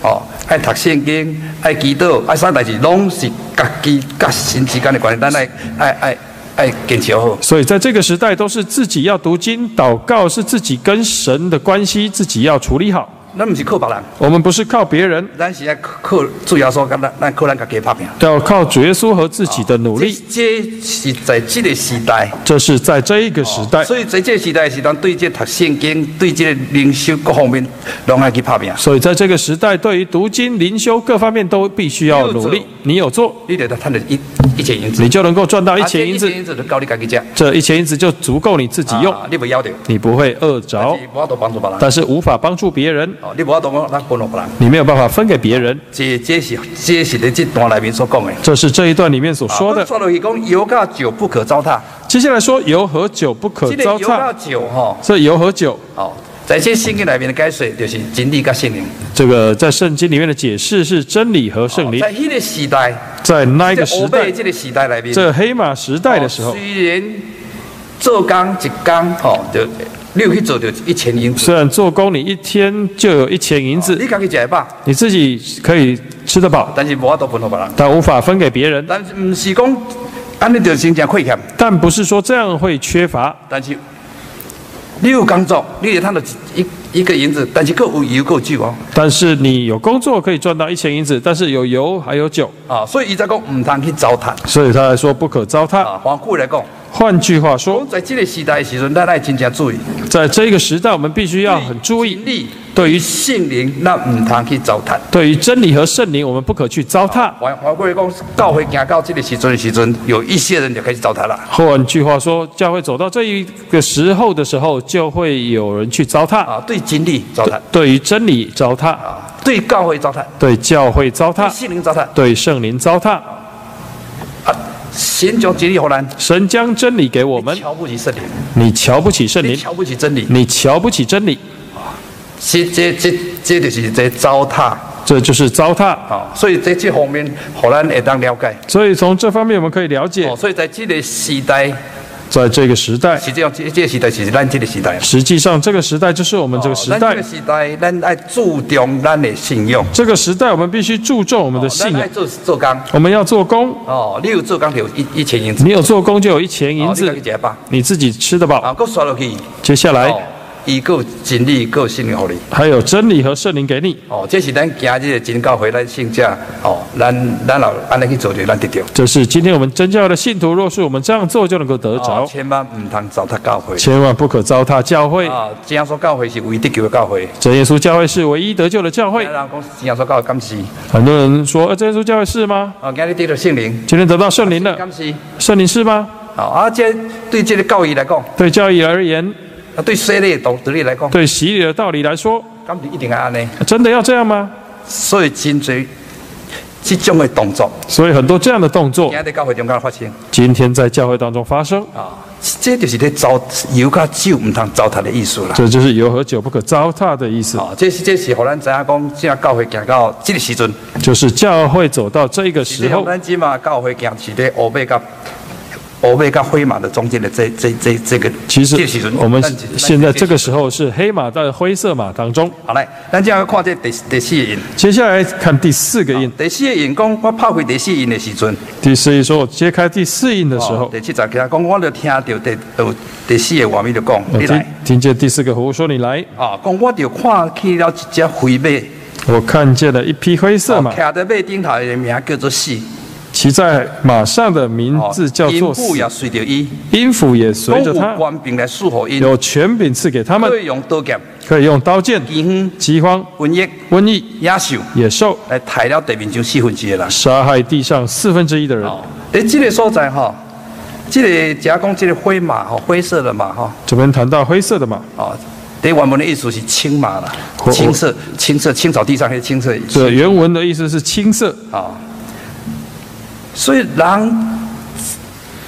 Speaker 1: 哦，爱读圣经，爱祈祷，爱啥代志，拢是家己甲神之间的关系。咱爱爱爱爱坚持好。
Speaker 2: 所以在这个时代，都是自己要读经、祷告，是自己跟神的关系，自己要处理好。
Speaker 1: 咱毋是靠别人，
Speaker 2: 我们不是靠别人，
Speaker 1: 咱是要靠主耶稣，咱咱靠咱家己打拼。
Speaker 2: 要靠主耶稣和自己的努
Speaker 1: 这
Speaker 2: 力。
Speaker 1: 这是在这个时代，
Speaker 2: 这是在这一个时代，
Speaker 1: 所以在这个时代是咱对这读圣经、对这个灵修各方面，拢爱去打拼。
Speaker 2: 所以在这个时代，对于读经、灵修各方面都必须要努力。你有做，
Speaker 1: 你得赚到一一千银子
Speaker 2: 你。就能够赚到一
Speaker 1: 啊
Speaker 2: 钱
Speaker 1: 这
Speaker 2: 银
Speaker 1: 一
Speaker 2: 子
Speaker 1: 钱。银子就够你家己吃，
Speaker 2: 这一钱银子就足够你自己用，
Speaker 1: 啊你不要着，
Speaker 2: 你不会饿着
Speaker 1: 但，是无法度帮助别人，
Speaker 2: 但是无法帮助别人，
Speaker 1: 哦，你无法度讲咱帮助别人，
Speaker 2: 你没有办法分给别人。
Speaker 1: 这这是这是在这段内面所讲的。啊
Speaker 2: 这是这一段里面所说的。
Speaker 1: 说落去讲油甲酒不可糟蹋，
Speaker 2: 接下来说油和酒不可
Speaker 1: 这个
Speaker 2: 糟
Speaker 1: 油甲
Speaker 2: 蹋。
Speaker 1: 酒吼，
Speaker 2: 这油和酒，
Speaker 1: 哦，在这圣经内面的解释就是真理甲信灵。
Speaker 2: 这个在圣经里面的解释是真理和圣灵
Speaker 1: 哦。在迄个时代，
Speaker 2: 在那一
Speaker 1: 在
Speaker 2: 个时
Speaker 1: 欧美
Speaker 2: 代，
Speaker 1: 这个时代内面，
Speaker 2: 这黑马时代的时
Speaker 1: 哦
Speaker 2: 候，
Speaker 1: 虽然做工一工吼，就你有去做就一千银子，
Speaker 2: 虽然做工你一天就有一钱银子，
Speaker 1: 你家己食会饱，
Speaker 2: 你自己可以吃得饱，
Speaker 1: 但是无法度帮助别人。
Speaker 2: 但无法分给别人。
Speaker 1: 但是毋是讲安尼就真正亏欠，
Speaker 2: 但不是说这样会缺乏，
Speaker 1: 但是你有工作，你会赚到一一一个银子，但是够有油够酒哦。
Speaker 2: 但是你有工作可以赚到一钱银子，但是有油还有酒，
Speaker 1: 啊，所以伊才讲毋通去糟蹋。
Speaker 2: 所以他来说不可糟蹋。
Speaker 1: 啊，换句来讲，
Speaker 2: 换句话说
Speaker 1: 讲，在这个时代的时阵，咱爱真正注意，
Speaker 2: 在这个时代，我们必须
Speaker 1: 啊
Speaker 2: 要很注意，
Speaker 1: 你
Speaker 2: 对于
Speaker 1: 性灵，咱毋通去糟蹋。
Speaker 2: 对于真理和圣灵，我们不可去糟蹋。
Speaker 1: 换换句来讲，教会行到这个时阵的时阵，有一些人就开始糟蹋了。
Speaker 2: 换句话说，教会走到这一个时候的时候，就会有人去糟蹋，
Speaker 1: 啊，对真理糟蹋，
Speaker 2: 对于真理糟蹋，
Speaker 1: 啊，对教会糟蹋，
Speaker 2: 对教会糟
Speaker 1: 对
Speaker 2: 蹋，
Speaker 1: 性灵糟蹋。
Speaker 2: 对圣灵糟蹋。
Speaker 1: 啊，神将真理互咱，
Speaker 2: 神将真理给我们，
Speaker 1: 瞧不起圣灵，
Speaker 2: 你瞧不起圣
Speaker 1: 你
Speaker 2: 灵，
Speaker 1: 瞧不起真理。
Speaker 2: 你瞧不起真理，
Speaker 1: 这这这这就是在糟蹋
Speaker 2: 这就是糟蹋。
Speaker 1: 哦，所以在这方面，互咱会当了解
Speaker 2: 所以从这方面我们可以了解
Speaker 1: 哦。，所以在这个时代，
Speaker 2: 在这个时代，
Speaker 1: 实际上，这这个时代是咱这个时代。哦
Speaker 2: 实际上这个时代就是我们这个时
Speaker 1: 咱这
Speaker 2: 代
Speaker 1: 个。时代，咱爱注重咱的信用，
Speaker 2: 这个时代我们必须注重我们的信
Speaker 1: 咱爱
Speaker 2: 仰，
Speaker 1: 做做工。
Speaker 2: 我们要做工。
Speaker 1: 哦，你有做工就有一一千银子，
Speaker 2: 你有做工就有一钱
Speaker 1: 哦
Speaker 2: 银
Speaker 1: 你自己
Speaker 2: 子，
Speaker 1: 吃吧。
Speaker 2: 你自己吃得饱。
Speaker 1: 啊，佫刷落去，
Speaker 2: 接下来
Speaker 1: 哦，伊佫有真理，佫有信仰互你。
Speaker 2: 还有真理和圣灵给你，
Speaker 1: 哦，这是咱今日的真教会咱性质。哦，咱咱老安尼去做就咱得着。
Speaker 2: 这是今天我们真教的信徒。若是我们这样做，就能够得
Speaker 1: 哦
Speaker 2: 着，
Speaker 1: 千万毋通糟蹋教会。
Speaker 2: 千万不可糟蹋教会。
Speaker 1: 啊，真耶稣教会是唯一得救的教会。
Speaker 2: 真耶稣教会是唯一得救的教会
Speaker 1: 有。人讲真耶稣教会感是，
Speaker 2: 很多人说，呃，真耶稣教会是吗？
Speaker 1: 啊，今日得到圣灵，
Speaker 2: 今天得到圣灵了，
Speaker 1: 感是。
Speaker 2: 圣灵是吗？
Speaker 1: 哦，啊，这对这个教义来讲，
Speaker 2: 对教义而言，
Speaker 1: 啊，对洗礼的道道理来讲，
Speaker 2: 对洗礼的道理来说，
Speaker 1: 感是一定要安尼。
Speaker 2: 真的要这样吗？
Speaker 1: 所以真侪即种的动作，
Speaker 2: 所以很多这样的动作
Speaker 1: 今，日在教会中间发生。
Speaker 2: 今天在教会当中发生，
Speaker 1: 啊，这就是咧糟油甲酒毋通糟蹋的意思啦。
Speaker 2: 这就是油和酒不可糟蹋的意思。
Speaker 1: 哦，这是这是互咱知影讲，即教会行到即个时阵，
Speaker 2: 就是教会走到这个
Speaker 1: 实际
Speaker 2: 时
Speaker 1: 上
Speaker 2: 候，
Speaker 1: 咱即嘛教会行是咧欧美甲欧美甲灰马的中间的这这这这个，
Speaker 2: 其实
Speaker 1: 这个时阵
Speaker 2: 我们
Speaker 1: 咱咱
Speaker 2: 现在这个时
Speaker 1: 候，
Speaker 2: 候是黑马在灰色马当中。
Speaker 1: 好来，咱这样看这第第四个印，
Speaker 2: 接下来看第四个印，
Speaker 1: 第四个印讲我拍开第四印的时阵，
Speaker 2: 啊第四印说，我揭开第四印的时
Speaker 1: 哦
Speaker 2: 候，
Speaker 1: 第七十讲讲我就听到第有第四个画面就讲
Speaker 2: 我
Speaker 1: 你
Speaker 2: 听
Speaker 1: 来，
Speaker 2: 听见第四个湖说你来，
Speaker 1: 哦，讲我就看见了一只灰马，哦
Speaker 2: 我看见了一匹灰色马，
Speaker 1: 徛在马顶头的名叫做死。
Speaker 2: 骑在马上的名字叫
Speaker 1: 因
Speaker 2: 做死
Speaker 1: 父，也随着伊，
Speaker 2: 音符也随
Speaker 1: 拢
Speaker 2: 着
Speaker 1: 有
Speaker 2: 他，
Speaker 1: 官兵来束缚因，
Speaker 2: 有权柄赐给他们
Speaker 1: 可，以用刀剑、
Speaker 2: 可以用刀剑、
Speaker 1: 饥荒、
Speaker 2: 饥荒、
Speaker 1: 瘟疫、
Speaker 2: 瘟疫、
Speaker 1: 野兽
Speaker 2: 野兽
Speaker 1: 来杀了地面上四分之一的人。
Speaker 2: 杀害地上四分之一的人。
Speaker 1: 哦，诶，这个所在吼，这个假讲这个灰马吼，灰色的马吼，
Speaker 2: 这边谈到灰色的马，
Speaker 1: 哦，这原文的意思是青马啦，
Speaker 2: 我
Speaker 1: 青色、青色、青草地上迄青色。
Speaker 2: 这原文的意思是青色，
Speaker 1: 哦，所以人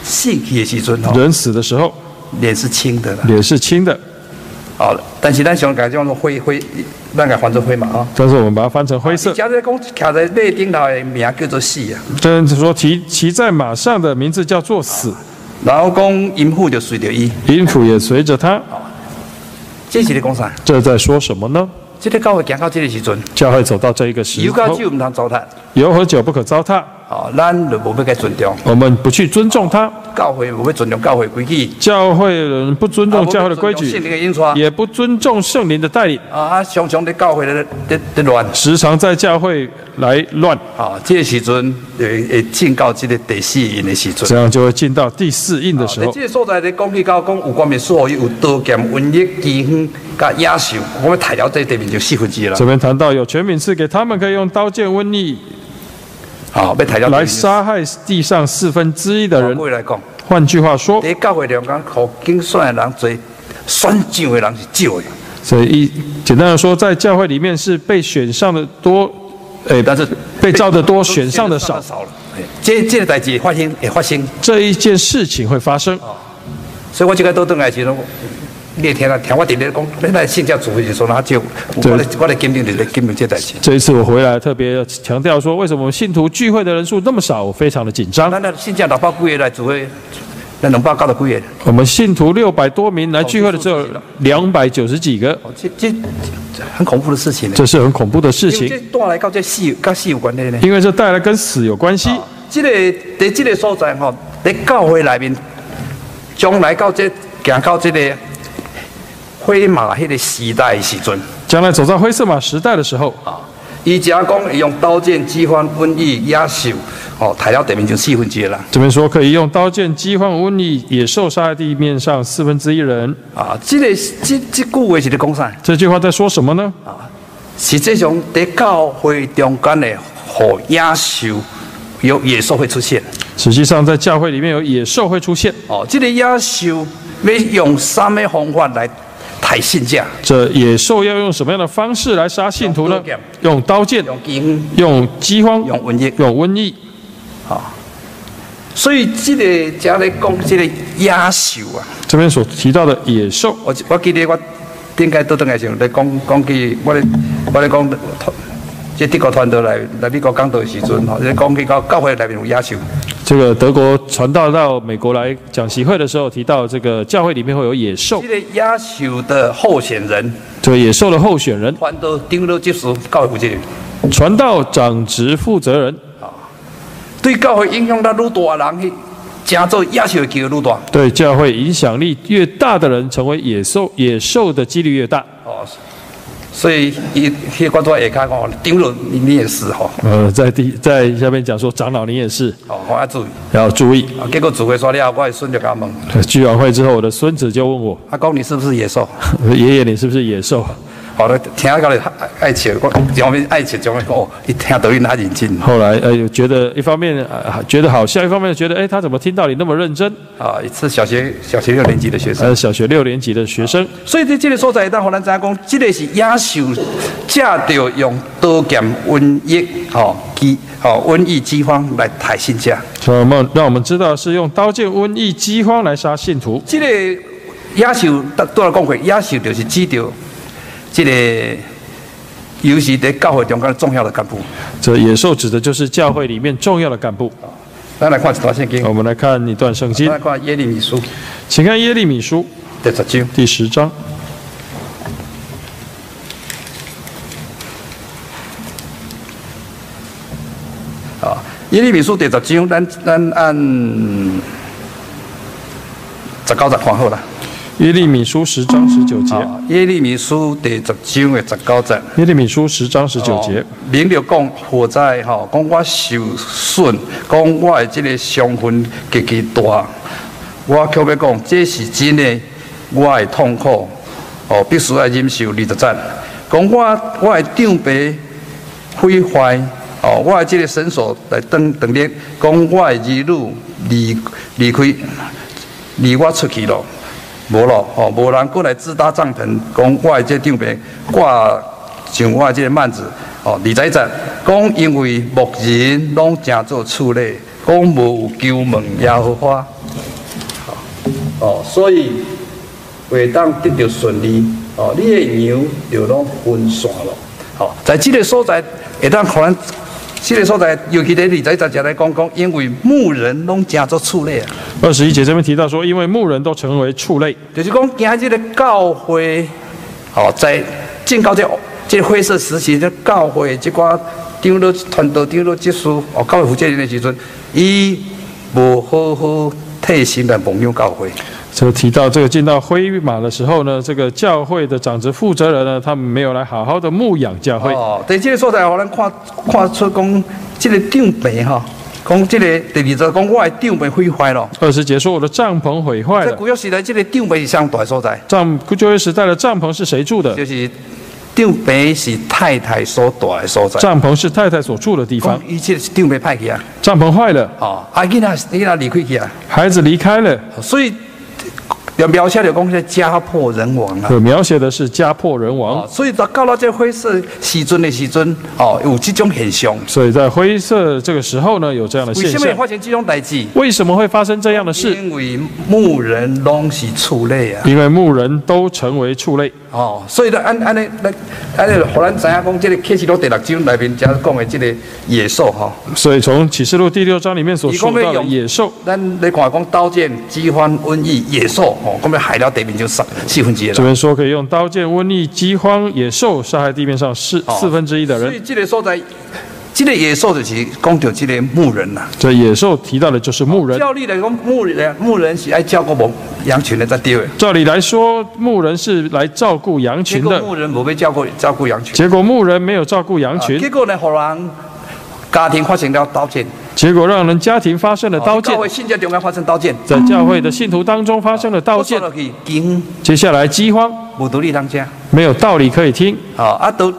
Speaker 1: 死去的时阵吼，
Speaker 2: 人死的时候
Speaker 1: 脸是青的啦。
Speaker 2: 脸是青的，
Speaker 1: 哦，但是咱想改叫做灰灰，咱改换做灰马吼。
Speaker 2: 但是我们把它翻成灰色
Speaker 1: 你。假如讲徛在马顶头的名叫做死啊，
Speaker 2: 这人说骑骑在马上的名字叫做死，
Speaker 1: 然后讲淫妇就随着伊，
Speaker 2: 音符也随着他。
Speaker 1: 这是咧讲啥？
Speaker 2: 这在说什么呢？
Speaker 1: 这个教会行到这个时阵，
Speaker 2: 教会走到这一个时
Speaker 1: 有到
Speaker 2: 候，
Speaker 1: 酒毋通糟蹋，
Speaker 2: 油和酒不可糟蹋，
Speaker 1: 哦，咱就无要该尊重
Speaker 2: 我们不去尊重它。
Speaker 1: 教会，无要尊重教会规矩，
Speaker 2: 教会人不尊重教会的规
Speaker 1: 啊无要尊重圣
Speaker 2: 矩，
Speaker 1: 灵的印刷
Speaker 2: 也不尊重圣灵的带领，
Speaker 1: 啊，啊，常常咧教会咧咧咧乱，
Speaker 2: 时常在教会来乱，
Speaker 1: 啊，这个时阵会会进到这个第四印的时阵。啊
Speaker 2: 这样就会进到第四印的时
Speaker 1: 在
Speaker 2: 候
Speaker 1: 这。个所在咧讲起到讲有关民所有有刀剑、瘟疫、饥荒、甲野兽，我们杀了这地面就四分之一了
Speaker 2: 这。边谈到有权柄赐给他们，可以用刀剑、瘟疫
Speaker 1: 好，啊要杀了
Speaker 2: 来杀害地上四分之一的人。
Speaker 1: 过来讲。
Speaker 2: 换句话说，
Speaker 1: 伫教会中间，互竞选的人多，选上的人是少的。
Speaker 2: 所以一简单的说，在教会里面是被选上的多，诶，
Speaker 1: 但是
Speaker 2: 被招的多，选上的少，
Speaker 1: 少了。嘿这这个代志发生会发生，
Speaker 2: 这一件事情会发生。
Speaker 1: 所以我即个倒转来的时阵，你会听啊听我直直讲，咱来信教主会是说哪少？
Speaker 2: 对
Speaker 1: 我来我来鉴定就是鉴定这代志。
Speaker 2: 这一次我回来特别强调说，为什么我们信徒聚会的人数那么少，我非常的紧张。
Speaker 1: 咱那信教六百几个来主会，咱两百九十几个。
Speaker 2: 我们信徒六百多名来聚会的只有两百九十几个，
Speaker 1: 哦，这这这很恐怖的事情呢。
Speaker 2: 这是很恐怖的事
Speaker 1: 因为这
Speaker 2: 情，
Speaker 1: 带来到这死跟死有关系呢。
Speaker 2: 因为这带来跟死有关系。
Speaker 1: 即、个伫即个所在吼，伫教会内面，将来到这行到即个灰马迄个时代的时阵，
Speaker 2: 将来走到灰色马时代的时候，
Speaker 1: 啊，伊只讲用刀剑、饥荒、瘟疫、野兽，哦，抬到地面上四分之一啦。
Speaker 2: 这边说可以用刀剑、饥荒、瘟疫、野兽杀害地面上四分之一人。
Speaker 1: 啊，即、个即即句话是咧讲啥？
Speaker 2: 这句话在说什么呢？
Speaker 1: 实际上伫教会中间的，互野兽有野兽会出现。
Speaker 2: 实际上，在教会里面有野兽会出现，
Speaker 1: 哦，即、个野兽要用啥物方法来抬信者？
Speaker 2: 这野兽要用什么样的方式来杀信徒呢？用刀剑、
Speaker 1: 用金，
Speaker 2: 用饥荒、
Speaker 1: 用瘟疫。
Speaker 2: 用瘟疫。
Speaker 1: 所以即、个遮咧讲即个野兽啊，
Speaker 2: 这边所提到的野兽，
Speaker 1: 我我记得我顶届倒转来时候咧讲讲起，我咧我咧讲，即德国团队来来美国讲道的时阵吼，咧讲起到教会内面有野兽，
Speaker 2: 这个德国传道到美国来讲习会的时候提到，这个教会里面会有野兽
Speaker 1: 这，个野兽的候选人，
Speaker 2: 这个野兽的候选人，
Speaker 1: 反倒顶了即时教会负责人，
Speaker 2: 传道长职负责人，
Speaker 1: 对教会影响力愈大的人，去成做野兽的机会愈大。
Speaker 2: 对教会影响力越大的人，成为野兽野兽的几率越大。
Speaker 1: 哦，所以伊迄个在下骹吼，顶了你你也是吼，
Speaker 2: 呃，在第在下面讲说，长老你也是
Speaker 1: 哦，我要注意。
Speaker 2: 要注意。
Speaker 1: 啊，结果聚会煞了后，我的孙就甲我问，
Speaker 2: 聚完会之后，我的孙子就问我
Speaker 1: 阿公你是不是野兽？
Speaker 2: 呃：“爷爷，你是不是野兽
Speaker 1: 好了，听到咧爱笑，我上面爱笑，上面哦，伊听抖音他认真？”
Speaker 2: 后来，呃，觉得一方面、呃、觉得好笑，一方面觉得，哎，他怎么听到你那么认真？
Speaker 1: 啊，是小学小学六年级的学生。
Speaker 2: 呃，小学六年级的学生，
Speaker 1: 所以伫这个所在，当互咱知影讲，这个是野兽借着用刀剑瘟疫，吼、饥，吼、瘟疫饥荒来抬信者。
Speaker 2: 所以我们让我们知道是用刀剑、瘟疫、饥荒来杀信徒。
Speaker 1: 这个野兽，当多少讲过，野兽就是指着这个，尤其伫教会中间重要的干部。
Speaker 2: 这野兽指的就是教会里面重要的干部。
Speaker 1: 咱来看一段圣经，
Speaker 2: 我们来看一段圣
Speaker 1: 咱
Speaker 2: 经
Speaker 1: 来，看耶利米书
Speaker 2: 请看耶利米书
Speaker 1: 第十章。
Speaker 2: 第十章。
Speaker 1: 啊，耶利米书第十章，咱咱按十九十看好啦。
Speaker 2: 耶利米书十章十九节，
Speaker 1: 啊，耶利米书第十章的十九节。
Speaker 2: 耶利米书十章十九节
Speaker 1: 哦，，明着讲火灾吼，讲我受损，讲我的即个伤痕极其大。我却要讲，这是真的，我的痛苦哦，必须要忍受二十节。讲我我的长辈毁坏哦，我的即个绳索来断断裂，讲我的儿女离离开离我出去咯。无咯，吼、无人过来自搭帐篷，讲我的这长辈挂上我的这个幔子，哦吼、二十一节讲因为牧人拢诚做厝内，讲无有求问耶和华，哦，所以会当得到顺利，哦，你的牛就拢分散咯，吼、在即个所在会当可能。即个所在，尤其伫二十一节才来讲讲，因为牧人拢诚做厝内啊。
Speaker 2: 二十一节这边提到说，因为牧人都成为畜类，
Speaker 1: 就是讲今日的教会，哦，在进到这这灰色时期，这教会这寡长老团队长老职事哦，教会负责人的时阵，伊无好好替新来培养教会，
Speaker 2: 这个提到这个进到灰马的时候呢，这个教会的长职负责人呢，他们没有来好好的牧养教会。
Speaker 1: 哦，在这个所在，互咱看看出讲这个长辈吼，讲这个第二十讲我的长辈毁坏咯，
Speaker 2: 二十节说我的帐篷毁坏
Speaker 1: 在
Speaker 2: 了，
Speaker 1: 古约时代，这个长辈是上大的所在，
Speaker 2: 帐旧约时代的帐篷是谁住的？
Speaker 1: 就是长辈是太太所住的所在，
Speaker 2: 帐篷是太太所住的地方
Speaker 1: 讲，伊这个长辈歹去啊。
Speaker 2: 帐篷坏了，
Speaker 1: 哦，啊，囡仔囡仔离开去啊，
Speaker 2: 孩子离开了，
Speaker 1: 所以要描写着讲是家破人亡啊。
Speaker 2: 可描写的是家破人亡
Speaker 1: 哦，。所以到到了这灰色时阵的时阵，哦，有这种现象。
Speaker 2: 所以在灰色这个时候呢，有这样的
Speaker 1: 为
Speaker 2: 现
Speaker 1: 什么会
Speaker 2: 象。
Speaker 1: 发生这种代志？
Speaker 2: 为什么会发生这样的事？
Speaker 1: 因为牧人拢是畜类啊，
Speaker 2: 因为牧人都成为畜类。
Speaker 1: 哦，所以呢，按按呢，咱按呢，互咱知影讲，这个启示录第六章内面才讲的这个野兽哈、
Speaker 2: 所以从启示录第六章里面所说到的野兽，
Speaker 1: 咱来看讲刀剑、饥荒、瘟疫、野兽，哦，我们害了地面就三四分之一了
Speaker 2: 这。边说可以用刀剑、瘟疫、饥荒、野兽杀害地面上四
Speaker 1: 哦
Speaker 2: 四分之一的
Speaker 1: 所
Speaker 2: 人。
Speaker 1: 以这个所在，这个野兽就是讲到这个牧人呐、
Speaker 2: 这野兽提到的就是牧人。
Speaker 1: 照理来讲，牧人牧人是爱照顾牧羊群的才对的。
Speaker 2: 照理来说，牧人是来照顾羊
Speaker 1: 结
Speaker 2: 群
Speaker 1: 果
Speaker 2: 的，
Speaker 1: 牧人无被照顾照顾羊群，啊
Speaker 2: 结果牧人没有照顾羊群
Speaker 1: 结，果呢，互人家庭发生了刀剑，
Speaker 2: 结果让人家庭发生了刀剑
Speaker 1: 教，会信教中间发生刀剑，
Speaker 2: 在教会的信徒当中发生了刀剑。
Speaker 1: 落去经
Speaker 2: 接下来饥荒，
Speaker 1: 无道理当家，
Speaker 2: 没有道理可以听，
Speaker 1: 哦，啊都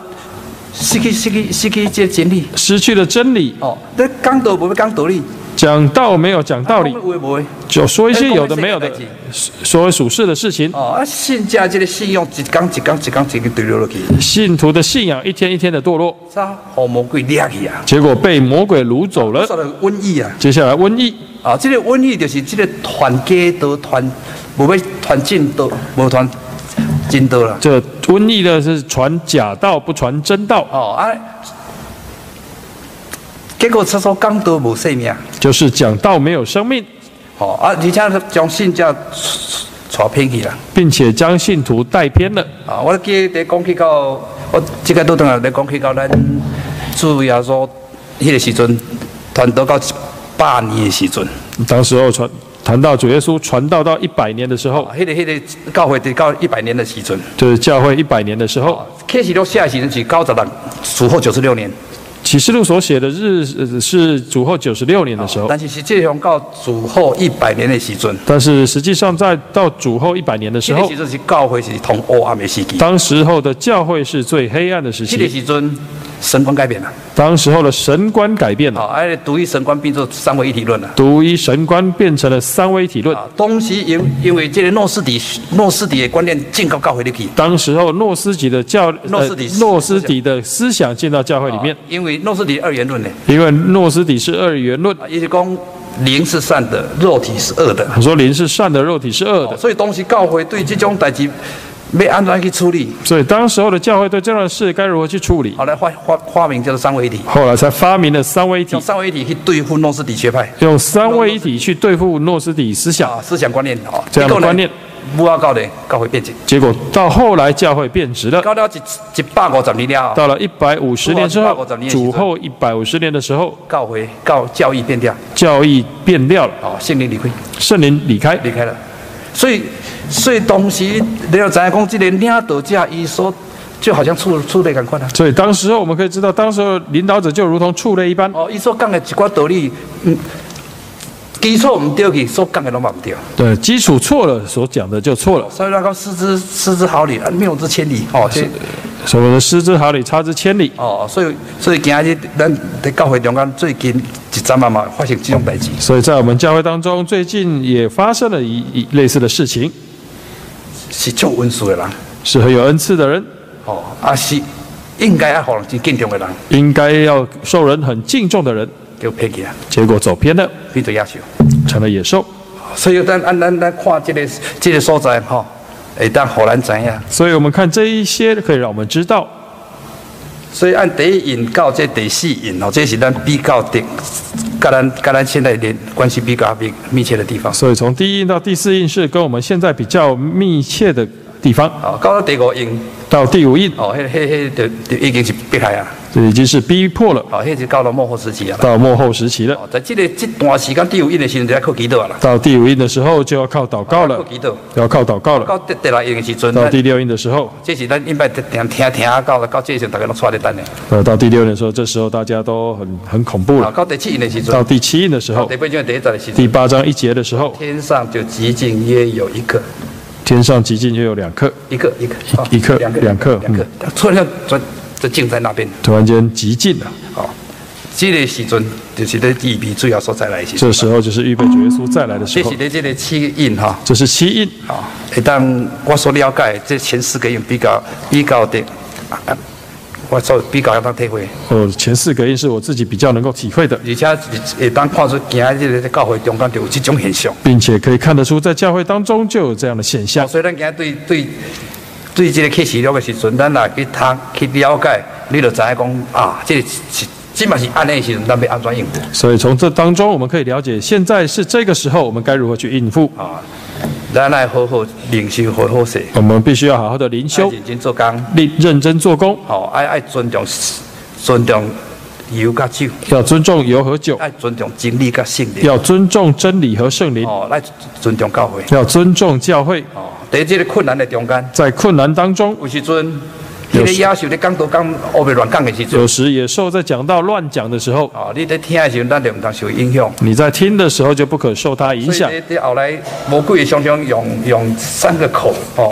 Speaker 1: 失去失去失去这个真理，
Speaker 2: 失去了真理，
Speaker 1: 哦，你讲道无要讲道理，
Speaker 2: 讲道没有讲道理
Speaker 1: 讲，有的无的，
Speaker 2: 就说一
Speaker 1: 哎
Speaker 2: 些有的没有的，说属实的事情。
Speaker 1: 哦，啊信教这个信用一讲一讲一讲一个对落落去，
Speaker 2: 信徒的信仰一天一天的堕落，
Speaker 1: 煞互魔鬼掠去啊！
Speaker 2: 结果被魔鬼掳走了。
Speaker 1: 说到瘟疫啊，
Speaker 2: 接下来瘟疫，
Speaker 1: 啊，这个瘟疫就是这个团结都团，无要团进都无团进都啦。
Speaker 2: 这瘟疫呢是传假道不传真道，
Speaker 1: 哦啊，哦啊结果出所讲道无生命，
Speaker 2: 就是讲道没有生命，
Speaker 1: 吼、啊，而且将信者带偏去啦。
Speaker 2: 并且将信徒带偏了。
Speaker 1: 啊，我记得讲起到，我即个都等下咧讲起到咱主耶稣迄个时阵，传道到一百年的时阵，
Speaker 2: 当时候传谈到主耶稣传道到一百年的时候
Speaker 1: 啊，，迄、个迄、个教会直到一百年的时阵，
Speaker 2: 就是教会一百年的时候，
Speaker 1: 开始录写的时阵是九十六，主后九十六年，
Speaker 2: 启示录所写的日呃是主后九十六年的时候，
Speaker 1: 但是实际上到主后一百年的时阵，
Speaker 2: 但是实际上在到主后一百年的时
Speaker 1: 迄个
Speaker 2: 候
Speaker 1: 时，阵是教会是通黑暗的时期，
Speaker 2: 当时候的教会是最黑暗的时
Speaker 1: 迄个
Speaker 2: 期，
Speaker 1: 时阵神观改变了，
Speaker 2: 当时候的神观改变了，
Speaker 1: 啊，哎，独一神观变作三位一体论了。
Speaker 2: 独一神观变成了三位一体论。
Speaker 1: 啊，当时因因为这个诺斯底诺斯底的观念进到教会里去，
Speaker 2: 当时候诺斯底的教
Speaker 1: 诺斯底
Speaker 2: 呃诺斯底的思想进到教会里面
Speaker 1: 啊，因为诺斯底二元论呢，
Speaker 2: 因为诺斯底是二元论，
Speaker 1: 啊，也就是讲灵是善的，肉体是恶的，啊
Speaker 2: 他说灵是善的，肉体是恶的。
Speaker 1: 所以当时教会对这种代志要安怎去处理，
Speaker 2: 所以当时候的教会对这样的事该如何去处理？
Speaker 1: 后来发发发明叫做三位一体，
Speaker 2: 后来才发明了三位一体
Speaker 1: 用，三位一体去对付诺斯底学派
Speaker 2: 用三位一体去对付诺斯底思想
Speaker 1: 啊思想观念啊，
Speaker 2: 这样的观念，
Speaker 1: 不要搞的教会变质，
Speaker 2: 结果到后来教会变质了。
Speaker 1: 搞了一一百五十年了后，
Speaker 2: 到了一百五十年之后，主后一百五十年的时候，
Speaker 1: 教会教教义变掉，
Speaker 2: 教义变掉了，
Speaker 1: 啊，圣灵离开。
Speaker 2: 圣灵离开。
Speaker 1: 离开了。所以，所以当时你要知影讲，这个领导者伊所就好像处处理共款啊。
Speaker 2: 所以当时候我们可以知道，当时候领导者就如同畜类一般，
Speaker 1: 哦，伊所讲的一寡道理，嗯，基础毋对去，所讲的拢嘛毋对。
Speaker 2: 对基础错了，所讲的就错了。
Speaker 1: 所以那个失之失之毫厘，啊谬之千里。哦，这
Speaker 2: 所谓的失之毫厘，差之千里。
Speaker 1: 哦，所以所以今日咱在教会中间最近一阵啊嘛发生这种代志。
Speaker 2: 所以在我们教会当中，最近也发生了一一类似的事情，
Speaker 1: 是足温顺的人，
Speaker 2: 是很有恩赐的人，
Speaker 1: 哦，啊是应该啊，互人真敬重的人，
Speaker 2: 应该要受人很敬重的人，
Speaker 1: 叫偏去啊，
Speaker 2: 结果走偏了，
Speaker 1: 变做野兽。
Speaker 2: 成了野兽。
Speaker 1: 所以咱咱咱咱看这个这个所在吼，会当互咱知影。
Speaker 2: 所以我们看这一些，可以让我们知道，
Speaker 1: 所以按第一引到这第四引哦，这是咱比较的，甲咱甲咱现在连关系比较密密切的地方。
Speaker 2: 所以从第一印到第四印是跟我们现在比较密切的地方，
Speaker 1: 哦，到了第五印
Speaker 2: 到第五印，
Speaker 1: 哦，迄迄迄就就已经是迫害啊，
Speaker 2: 这已经是逼迫了，
Speaker 1: 哦，迄是到了幕后时期啊。
Speaker 2: 到幕后时期了。
Speaker 1: 哦，在这个这段时间第五印的时阵，就要靠祈祷啦，
Speaker 2: 到第五印的时候就要靠祷告
Speaker 1: 靠
Speaker 2: 了，
Speaker 1: 祈祷。
Speaker 2: 要靠祷告了。
Speaker 1: 到第第六印的时阵，
Speaker 2: 到
Speaker 1: 咱
Speaker 2: 第六印的时候，
Speaker 1: 这是咱一般听听听啊到到这时阵，大家拢出咧等的。
Speaker 2: 呃，到第六印的时候，这时候大家都很很恐怖
Speaker 1: 哦，
Speaker 2: 了。
Speaker 1: 到第七印的时阵
Speaker 2: 到，第七印的时
Speaker 1: 到
Speaker 2: 候
Speaker 1: 第，八章第一章的时阵。
Speaker 2: 第八章一节的时候，
Speaker 1: 天上就极尽约有一个，
Speaker 2: 天上极尽又有两颗，
Speaker 1: 一个，一个，哦
Speaker 2: 一克
Speaker 1: 两个，
Speaker 2: 两嗯克
Speaker 1: 两个，突然间转就静在那边，
Speaker 2: 突然间极尽了。
Speaker 1: 哦，这个时阵就是在预备主要所在来的时
Speaker 2: 这
Speaker 1: 阵，
Speaker 2: 时候就是预备主耶稣再来的时
Speaker 1: 这
Speaker 2: 候
Speaker 1: 是。在这个七印哈，
Speaker 2: 这是七印，
Speaker 1: 哦，会当我所了解的这前四个印比较比较的，啊啊我所比较有当体会，
Speaker 2: 呃，前四个印是我自己比较能够体会的，
Speaker 1: 而且会当看出今日这个教会中间就有这种现象，
Speaker 2: 并且可以看得出，在教会当中就有这样的现象。
Speaker 1: 所以咱今日对对。对这个启示录的时阵，咱来去读去了解，你就知影讲啊，这个是即嘛是安尼的时阵，咱要安怎应付？
Speaker 2: 所以从这当中，我们可以了解，现在是这个时候，我们该如何去应付。
Speaker 1: 啊，咱来好好领袖，好好势，
Speaker 2: 我们必须要好好的灵
Speaker 1: 爱
Speaker 2: 修，
Speaker 1: 认真做工，
Speaker 2: 认认真做工，
Speaker 1: 吼、爱爱尊重尊重油甲酒，
Speaker 2: 要尊重油和酒，
Speaker 1: 爱尊重真理甲信念，
Speaker 2: 要尊重真理和圣灵，
Speaker 1: 哦，来尊重教会，
Speaker 2: 要尊重教会。
Speaker 1: 哦，在这个困难的中间，
Speaker 2: 在困难当中，
Speaker 1: 有时阵，迄、
Speaker 2: 有
Speaker 1: 个
Speaker 2: 时
Speaker 1: 野兽咧讲都讲黑白乱讲的时阵，
Speaker 2: 有时野兽在讲到乱讲的时候，
Speaker 1: 哦，你在听的时阵，咱就毋通受影响。
Speaker 2: 你在听的时候就不可受它影响
Speaker 1: 所。以在在后来，魔鬼常常用用三个口，哦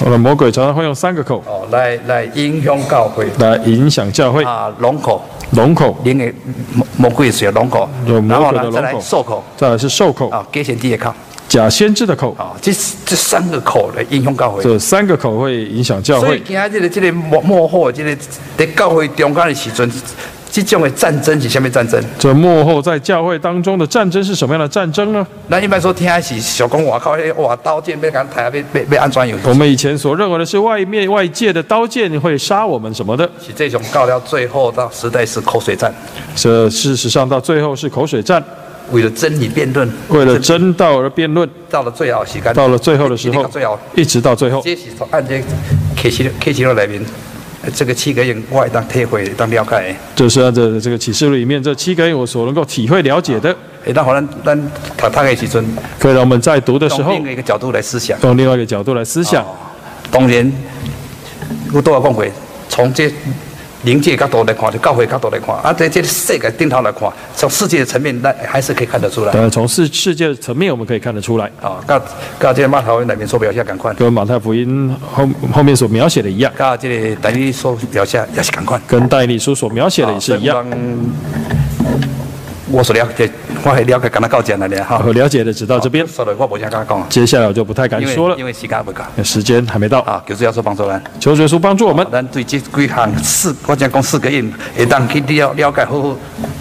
Speaker 2: 我们魔鬼常常会用三个口
Speaker 1: 哦，来来影响教会，
Speaker 2: 来影响教会：
Speaker 1: 啊，龙口，
Speaker 2: 龙口，
Speaker 1: 灵的魔魔鬼是龙口
Speaker 2: 有，
Speaker 1: 然
Speaker 2: 魔
Speaker 1: 后
Speaker 2: 鬼的
Speaker 1: 呢，再
Speaker 2: 龙
Speaker 1: 来
Speaker 2: 口
Speaker 1: 兽口。
Speaker 2: 再来是兽口，
Speaker 1: 啊，给钱地也靠
Speaker 2: 假先知的口，
Speaker 1: 啊，这这三个口来应用教会。
Speaker 2: 这三个口会影响教
Speaker 1: 所以
Speaker 2: 会。
Speaker 1: 今仔日的这个幕幕后的这个在教会中间的时阵，即种的战争是虾米战争？
Speaker 2: 这幕后在教会当中的战争是什么样的战争呢？
Speaker 1: 咱一般说听的是想讲外口迄哇刀剑要干台要要要安怎用？
Speaker 2: 我们以前所认为的是外面外界的刀剑会杀我们什么的，
Speaker 1: 是这种到了最后到时代是口水战，
Speaker 2: 这事实上到最后是口水战，
Speaker 1: 为了真理辩论，
Speaker 2: 为了真道而辩论，
Speaker 1: 到了最后时间，
Speaker 2: 到了最后的时
Speaker 1: 一定
Speaker 2: 候
Speaker 1: 到最后，
Speaker 2: 一直到最后。
Speaker 1: 这是从按这 K 七六 K 七六内面，这个七个月我会当体会当了解的。
Speaker 2: 这是按照这个启示录里面这七个我所能够体会了解的，
Speaker 1: 会当互咱咱读读的时阵，
Speaker 2: 可以让我们在读的时
Speaker 1: 从
Speaker 2: 候
Speaker 1: 另，外一个角度来思想。
Speaker 2: 用另外一个角度来思想。
Speaker 1: 当然，我都有讲过，从这灵界角度来看，就教会角度来看，啊，在这个世界顶头来看，从世界的层面，那还是可以看得出来。
Speaker 2: 呃，从世世界的层面我们可以看得出来，
Speaker 1: 啊，甲甲这个马头内面所表现共款，
Speaker 2: 跟马太福音后后面所描写的一样，
Speaker 1: 甲这个台语所表现也是共款。
Speaker 2: 跟戴理书所描写的也是一样。
Speaker 1: 啊。所以我们我所了解，我系了解，敢若到这样了哈。
Speaker 2: 我了解的只到这边，
Speaker 1: 说了我无啥敢讲啊，
Speaker 2: 接下来我就不太敢
Speaker 1: 因
Speaker 2: 说
Speaker 1: 为
Speaker 2: 了
Speaker 1: 因，为时间不够
Speaker 2: 时间还没到。
Speaker 1: 啊，就是要说帮助咱。
Speaker 2: 求耶稣帮助我们，
Speaker 1: 咱对这几项四，我讲讲四个印，会当去了了解好好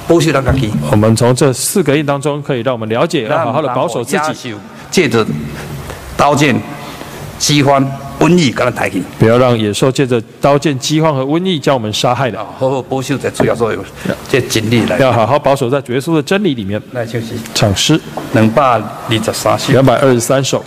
Speaker 1: 保守咱家己，
Speaker 2: 我们从这四个印当中可以让我们了解，要好好的保守自己，
Speaker 1: 己，借着刀剑、饥荒、瘟疫，给咱抬去，
Speaker 2: 不要让野兽借着刀剑、饥荒和瘟疫将我们杀害了。
Speaker 1: 啊，好好保守在主要作用，这精力来
Speaker 2: 要好好保守在耶稣的真理里面。
Speaker 1: 来就是
Speaker 2: 唱诗
Speaker 1: 两百二十三首，
Speaker 2: 两百二十三首，